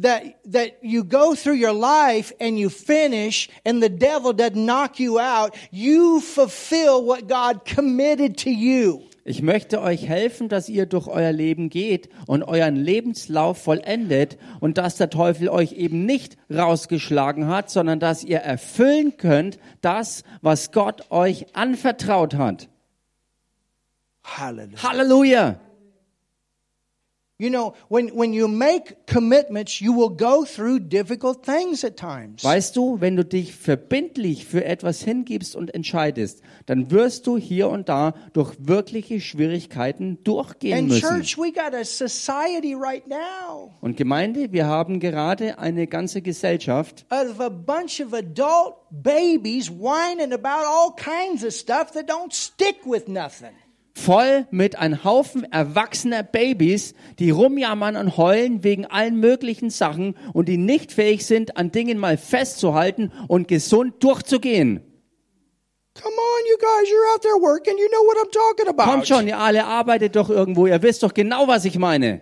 A: that that you go through your life and you finish and the devil doesn't knock you out. You fulfill what God committed to you.
B: Ich möchte euch helfen, dass ihr durch euer Leben geht und euren Lebenslauf vollendet und dass der Teufel euch eben nicht rausgeschlagen hat, sondern dass ihr erfüllen könnt das, was Gott euch anvertraut hat.
A: Hallelujah.
B: Halleluja!
A: You know, when when you make commitments, you will go through difficult things at times.
B: Weißt du, wenn du dich verbindlich für etwas hingibst und entscheidest, dann wirst du hier und da durch wirkliche Schwierigkeiten durchgehen
A: And
B: müssen.
A: church, we got a society right now
B: Und Gemeinde, wir haben gerade eine ganze Gesellschaft,
A: of a bunch of adult babies whining about all kinds of stuff that don't stick with nothing.
B: voll mit einem Haufen erwachsener Babys, die rumjammern und heulen wegen allen möglichen Sachen und die nicht fähig sind, an Dingen mal festzuhalten und gesund durchzugehen.
A: Come on, you guys, you're out there working. You know what I'm talking about.
B: Kommt schon, ihr alle arbeitet doch irgendwo, ihr wisst doch genau, was ich meine.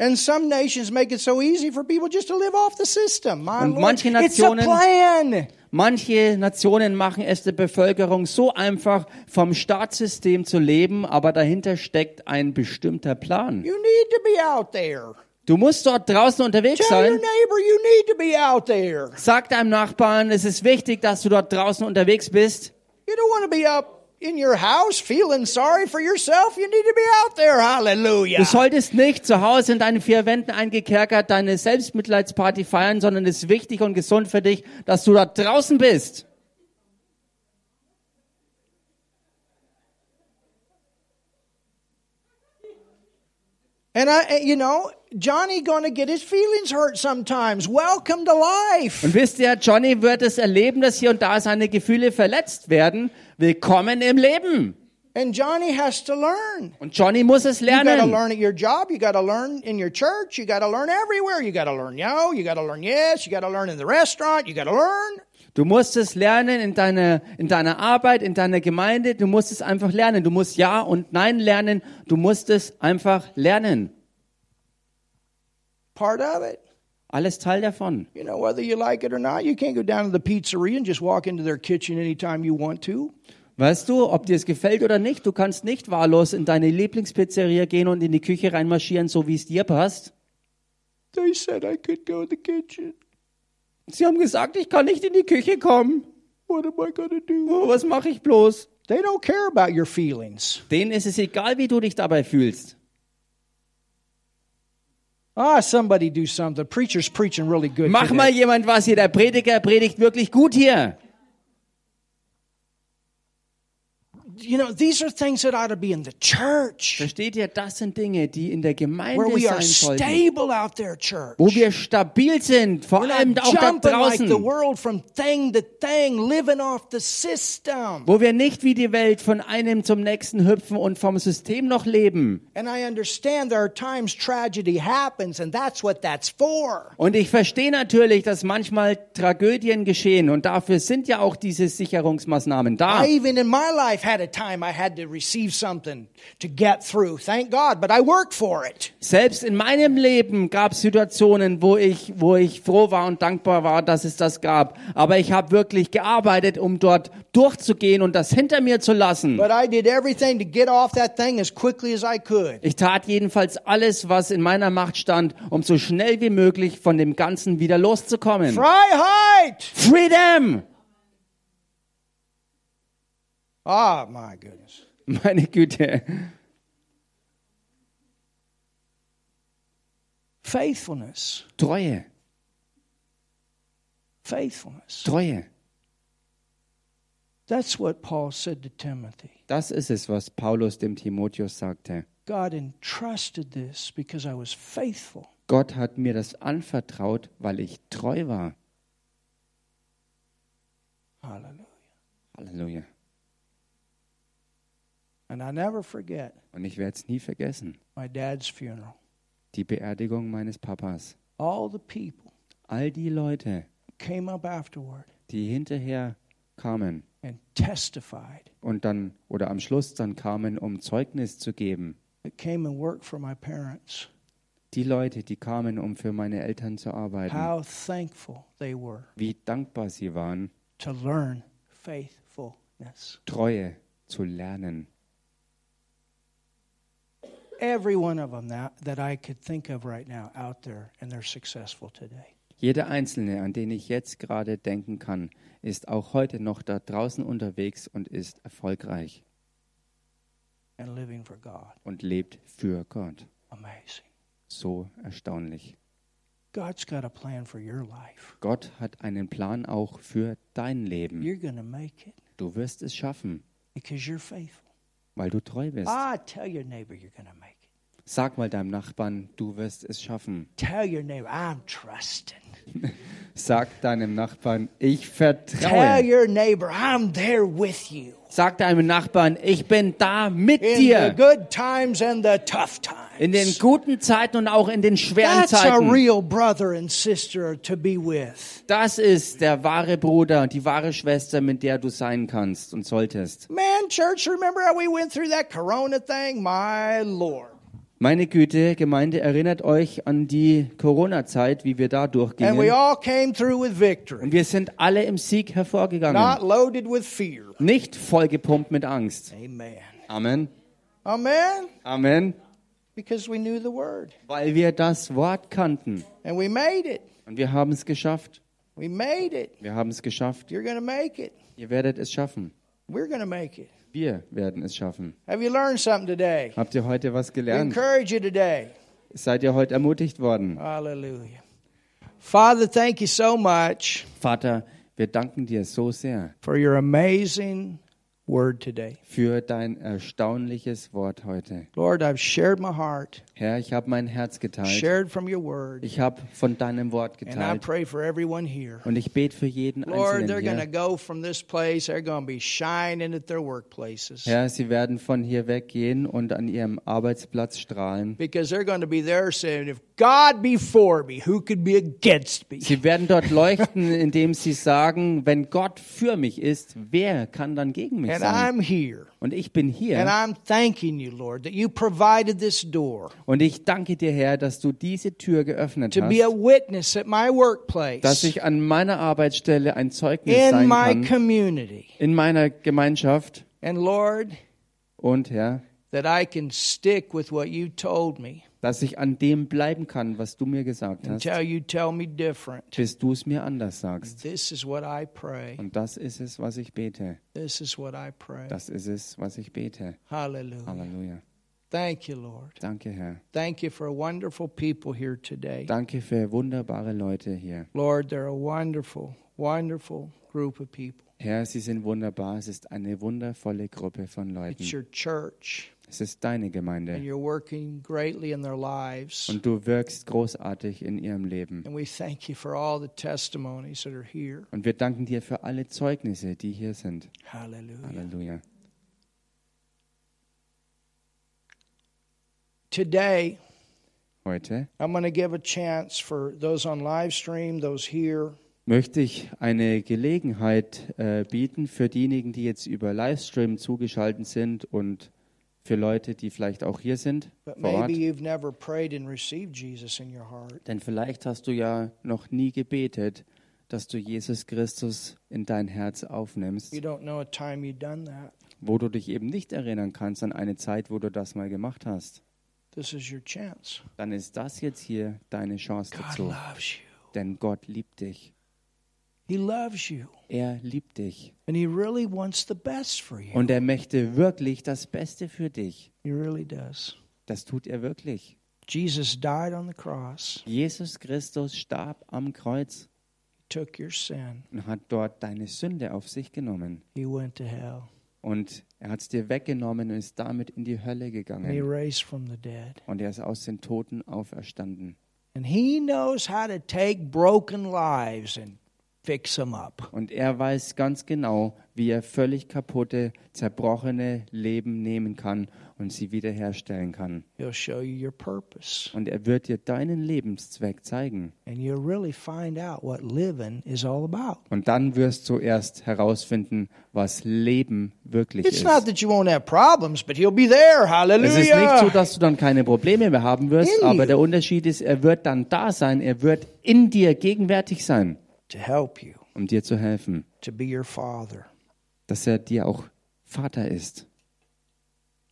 A: And some nations make it so easy for people just to live off the system. My
B: Und
A: Lord,
B: manche
A: it's a
B: Nationen-
A: plan.
B: Manche Nationen machen es der Bevölkerung so einfach, vom Staatssystem zu leben, aber dahinter steckt ein bestimmter Plan.
A: You need to be out there.
B: Du musst dort draußen unterwegs
A: Tell your
B: sein.
A: neighbor you need to be out there.
B: Sag deinem Nachbarn, es ist wichtig, dass du dort draußen unterwegs bist.
A: You don't want to be up in your house feeling sorry for yourself. You need to be out there. Hallelujah.
B: Du solltest nicht zu Hause in deinen vier Wänden eingekerkert deine Selbstmitleidsparty feiern, sondern es ist wichtig und gesund für dich, dass du dort draußen bist.
A: And I, and you know, Johnny going to get his feelings hurt sometimes. Welcome to life.
B: Und wisst ihr, Johnny wird es erleben, dass hier und da seine Gefühle verletzt werden. Willkommen im Leben.
A: And Johnny has to learn.
B: Und Johnny muss es
A: You got to
B: lernen.
A: learn at your job. You got to learn in your church. You got to learn everywhere. You got to learn no. You got to learn yes. You got to learn in the restaurant. You got to learn.
B: Du musst es lernen in deiner, in deiner Arbeit, in deiner Gemeinde. Du musst es einfach lernen. Du musst Ja und Nein lernen. Du musst es einfach lernen.
A: Part of it.
B: Alles Teil davon.
A: You know, whether you like it or not, you can't go down to the pizzeria and just walk into their kitchen anytime you want to.
B: Weißt du, ob dir es gefällt oder nicht, du kannst nicht wahllos in deine Lieblingspizzeria gehen und in die Küche reinmarschieren, so wie es dir passt.
A: They said I could go in the kitchen.
B: Sie haben gesagt, ich kann nicht in die Küche kommen.
A: What am I going to do?
B: Oh, was mache ich bloß?
A: They don't care about your feelings.
B: Denen ist es egal, wie du dich dabei fühlst.
A: Ah, somebody do something. Preacher's preaching really good.
B: Mach
A: today.
B: mal jemand was hier. Der Prediger predigt wirklich gut hier.
A: You know, these are things that ought to be in the church
B: Versteht ihr, das sind Dinge, die in der
A: where
B: Gemeinde
A: we are
B: sein sollten.
A: stable out there, church.
B: Wo wir stabil sind, vor
A: We're
B: allem
A: not
B: auch da
A: jumping like the
B: draußen.
A: world from thing to thing, living off the system.
B: Wo wir nicht wie die Welt von einem zum nächsten hüpfen und vom System noch leben.
A: And I understand there are times tragedy happens, and that's what that's for.
B: Und ich verstehe natürlich, dass manchmal Tragödien geschehen und dafür sind ja auch diese Sicherungsmaßnahmen da.
A: I even in my life had a time I had to receive something to get through. Thank God, but I work for it.
B: Selbst in meinem Leben gab es Situationen, wo ich, wo ich froh war und dankbar war, dass es das gab. Aber ich habe wirklich gearbeitet, um dort durchzugehen und das hinter mir zu lassen.
A: But I did everything to get off that thing as quickly as I could.
B: Ich tat jedenfalls alles, was in meiner Macht stand, um so schnell wie möglich von dem Ganzen wieder loszukommen.
A: Freiheit!
B: Freedom!
A: Ah, my goodness.
B: Meine Güte.
A: Faithfulness.
B: Treue,
A: Faithfulness.
B: Treue.
A: That's what Paul said to Timothy.
B: Das ist es, was Paulus dem Timotheus sagte.
A: God entrusted this because I was faithful.
B: Gott hat mir das anvertraut, weil ich treu war.
A: Hallelujah.
B: Halleluja.
A: And I never forget
B: Und ich werde es nie vergessen.
A: my dad's funeral.
B: Die Beerdigung meines Papas.
A: All the people
B: All die Leute,
A: came up afterward
B: die hinterher kamen
A: and testified
B: und dann oder am Schluss dann kamen, um Zeugnis zu geben.
A: that came and worked for my parents,
B: Die Leute, die kamen, um für meine Eltern zu arbeiten.
A: how thankful they were
B: Wie dankbar sie waren,
A: to learn faithfulness.
B: Treue zu lernen.
A: Every one of them that, that I could think of right now out there, and they're successful today.
B: Jeder Einzelne, an den ich jetzt gerade denken kann, ist auch heute noch da draußen unterwegs und ist erfolgreich
A: and living for God.
B: und lebt für Gott.
A: Amazing.
B: So erstaunlich.
A: God's got a plan for your life.
B: Gott hat einen Plan auch für dein Leben.
A: You're going to make it
B: Du wirst es schaffen,
A: because you're faithful.
B: weil du treu bist.
A: Ah, tell your neighbor you're going to make it.
B: Sag mal deinem Nachbarn, du wirst es schaffen.
A: Tell your neighbor, I'm trusting.
B: Sag deinem Nachbarn, ich
A: Tell
B: vertraue.
A: your neighbor, I'm there with you
B: Sag deinem Nachbarn, ich bin da mit
A: in the
B: dir.
A: good times and the tough times.
B: In den guten Zeiten und auch in den schweren
A: That's a
B: Zeiten.
A: real brother and sister to be with.
B: Das ist der wahre Bruder und die wahre Schwester, mit der du sein kannst und solltest.
A: Man, church, remember how we went through that corona thing? My Lord.
B: Meine Güte, Gemeinde, erinnert euch an die Corona-Zeit, wie wir da
A: And we
B: durchgingen.
A: all came through with victory,
B: Und wir sind alle im Sieg hervorgegangen.
A: not loaded with fear.
B: Nicht vollgepumpt mit Angst.
A: Amen.
B: Amen.
A: Amen.
B: Amen.
A: Because we knew the word
B: Weil wir das Wort kannten.
A: and we made it.
B: Und wir haben es geschafft.
A: We made it.
B: Wir haben es geschafft.
A: You're going to make it.
B: Ihr werdet es schaffen.
A: We're going to make it.
B: Wir werden es schaffen.
A: Have you learned something today?
B: Habt ihr heute was
A: We
B: gelernt?
A: encourage you today.
B: Seid ihr heute ermutigt worden?
A: Hallelujah. Father, thank you so much
B: Vater, wir danken dir so sehr
A: for your amazing word today.
B: für dein erstaunliches Wort heute.
A: Lord, I've shared my heart,
B: Herr, ich habe mein Herz geteilt.
A: shared from your word,
B: Ich habe von deinem Wort
A: and I
B: geteilt.
A: pray for everyone here.
B: Und ich bete für jeden
A: Lord, they're
B: Einzelnen
A: going to
B: hier.
A: go from this place, they're going to be shining at their workplaces
B: Herr, sie werden von hier weggehen und an ihrem Arbeitsplatz strahlen.
A: because they're going to be there saying, if God be for me, who could be against me?
B: Sie werden dort leuchten, indem sie sagen, wenn Gott für mich ist, wer kann dann gegen mich
A: And
B: sein?
A: I'm here.
B: Und ich bin
A: And
B: hier
A: I'm thanking you, Lord, that you provided this door
B: und ich danke dir, Herr, dass du diese Tür geöffnet
A: to be a
B: hast,
A: witness at my
B: dass
A: workplace,
B: ich an meiner Arbeitsstelle ein Zeugnis
A: in
B: sein
A: my
B: kann,
A: community.
B: in meiner Gemeinschaft
A: And Lord,
B: und, Herr,
A: that I can stick with what you told me
B: dass ich an dem bleiben kann, was du mir gesagt hast,
A: until you tell me different.
B: bis du es mir anders sagst.
A: This is what I pray.
B: Und das ist es, was ich bete.
A: This is what I pray.
B: Das ist es, was ich bete.
A: Hallelujah.
B: Halleluja.
A: Thank you, Lord.
B: Danke, Herr.
A: Thank you for wonderful people here today.
B: Danke für wunderbare Leute hier.
A: Lord, they're a wonderful, wonderful group of people.
B: Herr, sie sind wunderbar. Es ist eine wundervolle Gruppe von Leuten.
A: It's your church,
B: Es ist deine
A: and
B: Gemeinde.
A: you're working greatly in their lives.
B: Und du wirkst großartig in ihrem Leben.
A: And we thank you for all the testimonies that are here.
B: Und wir danken dir für alle Zeugnisse, die hier sind.
A: Hallelujah.
B: Halleluja.
A: Today,
B: Heute
A: I'm going to give a chance for those on live stream, those here,
B: möchte ich eine Gelegenheit äh, bieten für diejenigen, die jetzt über Livestream zugeschaltet sind und für Leute, die vielleicht auch hier sind.
A: but
B: Vor Ort.
A: maybe you've never prayed and received Jesus in your heart.
B: Denn vielleicht hast du ja noch nie gebetet, dass du Jesus Christus in dein Herz
A: You
B: aufnimmst,
A: don't know a time you've done that.
B: wo du dich eben nicht erinnern kannst an eine Zeit, wo du das mal gemacht hast.
A: This is your chance.
B: Dann ist das jetzt hier deine Chance
A: God
B: dazu.
A: loves you.
B: Denn Gott liebt dich.
A: He loves you.
B: Er liebt dich.
A: And He really wants the best for you.
B: Und er möchte wirklich das Beste für dich.
A: He really does.
B: Das tut er wirklich.
A: Jesus died on the cross,
B: Jesus Christus starb am Kreuz
A: took your sin,
B: und hat dort deine Sünde auf sich genommen.
A: He went to hell,
B: Und er hat es dir weggenommen und ist damit in die Hölle
A: and He
B: gegangen.
A: raised from the dead.
B: Und er ist aus den Toten auferstanden.
A: And He knows how to take broken lives and fix them up.
B: Und er weiß ganz genau, wie er völlig kaputte, zerbrochene Leben nehmen kann und sie wiederherstellen kann.
A: He'll show you your purpose.
B: Und er wird dir deinen Lebenszweck zeigen.
A: And you'll really find out what living is all about.
B: Und dann wirst du erst herausfinden, was Leben wirklich
A: It's
B: ist.
A: not that you won't have problems, but He'll be there.
B: Es ist nicht so,
A: Hallelujah.
B: dass du dann keine Probleme mehr haben wirst,
A: In you.
B: aber der Unterschied ist, er wird dann da sein, er wird in dir gegenwärtig sein,
A: To help you,
B: um dir zu helfen,
A: to be your Father.
B: dass er dir auch Vater ist.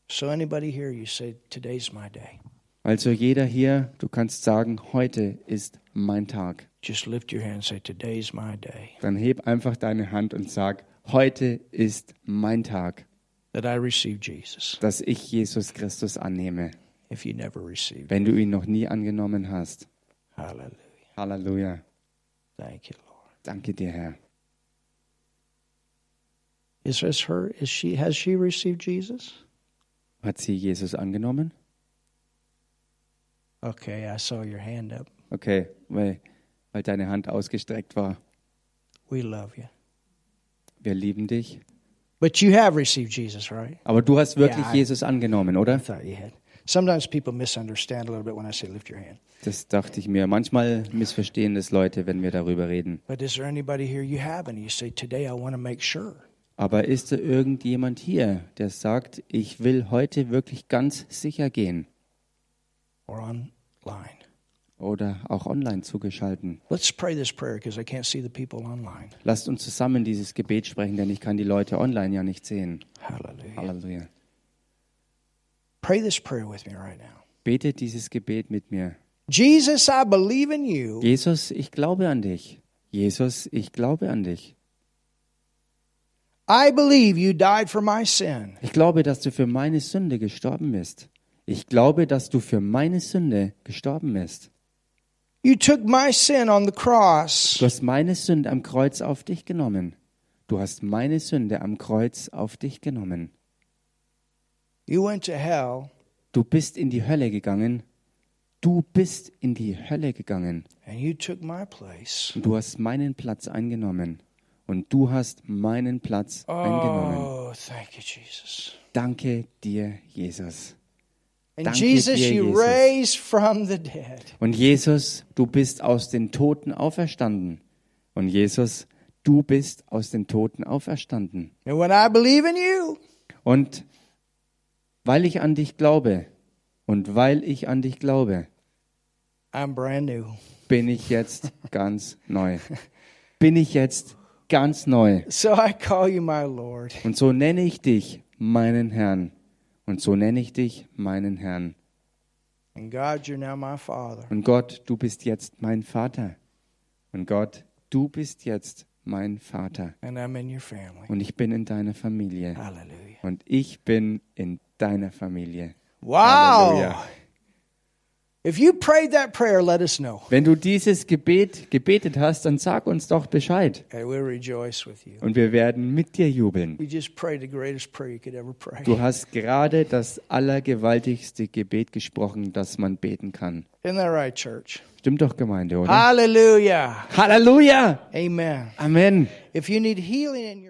A: So, anybody here, you say, Today's my day.
B: Also jeder hier, du kannst sagen, heute ist mein Tag.
A: Just lift your hand and say, Today's my day.
B: Dann heb einfach deine Hand und sag, heute ist mein Tag,
A: That I receive Jesus.
B: dass ich Jesus Christus annehme,
A: If you never received,
B: wenn du ihn noch nie angenommen hast.
A: Hallelujah.
B: Halleluja.
A: Thank you, Lord.
B: Danke dir, Herr.
A: Is this her? Is she? Has she received Jesus?
B: Hat sie Jesus angenommen?
A: Okay, I saw your hand up.
B: Okay, weil, weil deine Hand ausgestreckt war.
A: We love you.
B: Wir lieben dich.
A: But you have received Jesus, right?
B: Aber du hast wirklich
A: Ja.
B: Jesus angenommen, oder?
A: I thought you had. Sometimes people misunderstand a little bit when I say lift your hand.
B: Das dachte ich mir. Manchmal missverstehen das Leute, wenn wir darüber reden.
A: But is there anybody here you haven't? You say, Today I want to make sure.
B: Aber ist da irgendjemand hier, der sagt, ich will heute wirklich ganz sicher gehen
A: Or online.
B: oder auch online zugeschalten?
A: Let's pray this prayer because I can't see the people online.
B: Lasst uns zusammen dieses Gebet sprechen, denn ich kann die Leute online ja nicht sehen. Also,
A: Hallelujah.
B: Halleluja.
A: Pray this prayer with me right now.
B: Betet dieses Gebet mit mir.
A: Jesus, I believe in you.
B: Jesus, ich glaube an dich. Jesus, ich glaube an dich.
A: I believe you died for my sin.
B: Ich glaube, dass du für meine Sünde gestorben bist. Ich glaube, dass du für meine Sünde gestorben bist.
A: You took my sin on the cross.
B: Du hast meine Sünde am Kreuz auf dich genommen. Du hast meine Sünde am Kreuz auf dich genommen.
A: You went to hell
B: Du bist in die Hölle gegangen. Du bist in die Hölle gegangen.
A: and you took my place.
B: Und du hast meinen Platz eingenommen. Und du hast meinen Platz eingenommen.
A: Oh, thank you, Jesus.
B: Danke dir, Jesus.
A: And
B: Danke
A: Jesus,
B: dir,
A: you
B: Jesus.
A: raised from the dead.
B: Und Jesus, du bist aus den Toten auferstanden. Und Jesus, du bist aus den Toten auferstanden.
A: And when I believe in you,
B: Und weil ich an dich glaube und weil ich an dich glaube,
A: I'm brand new.
B: bin ich jetzt ganz neu. Bin ich jetzt ganz neu.
A: So I call you my Lord.
B: Und so nenne ich dich meinen Herrn. Und so nenne ich dich meinen Herrn.
A: And God, you're now my Father.
B: Und Gott, du bist jetzt mein Vater. Und Gott, du bist jetzt mein Vater.
A: And I'm in your family.
B: Und ich bin in deiner Familie.
A: Hallelujah.
B: Und ich bin in deiner Familie.
A: Wow.
B: Halleluja.
A: If you prayed that prayer, let us know.
B: Wenn du dieses Gebet gebetet hast, dann sag uns doch Bescheid.
A: And we'll rejoice with you.
B: Und wir werden mit dir jubeln.
A: We just prayed the greatest prayer you could ever pray.
B: Du hast gerade das allergewaltigste Gebet gesprochen, das man beten kann.
A: Isn't that right, church?
B: Stimmt doch,
A: Ah.
B: Gemeinde, oder?
A: Hallelujah.
B: Halleluja!
A: Amen.
B: Amen!
A: If you need healing in your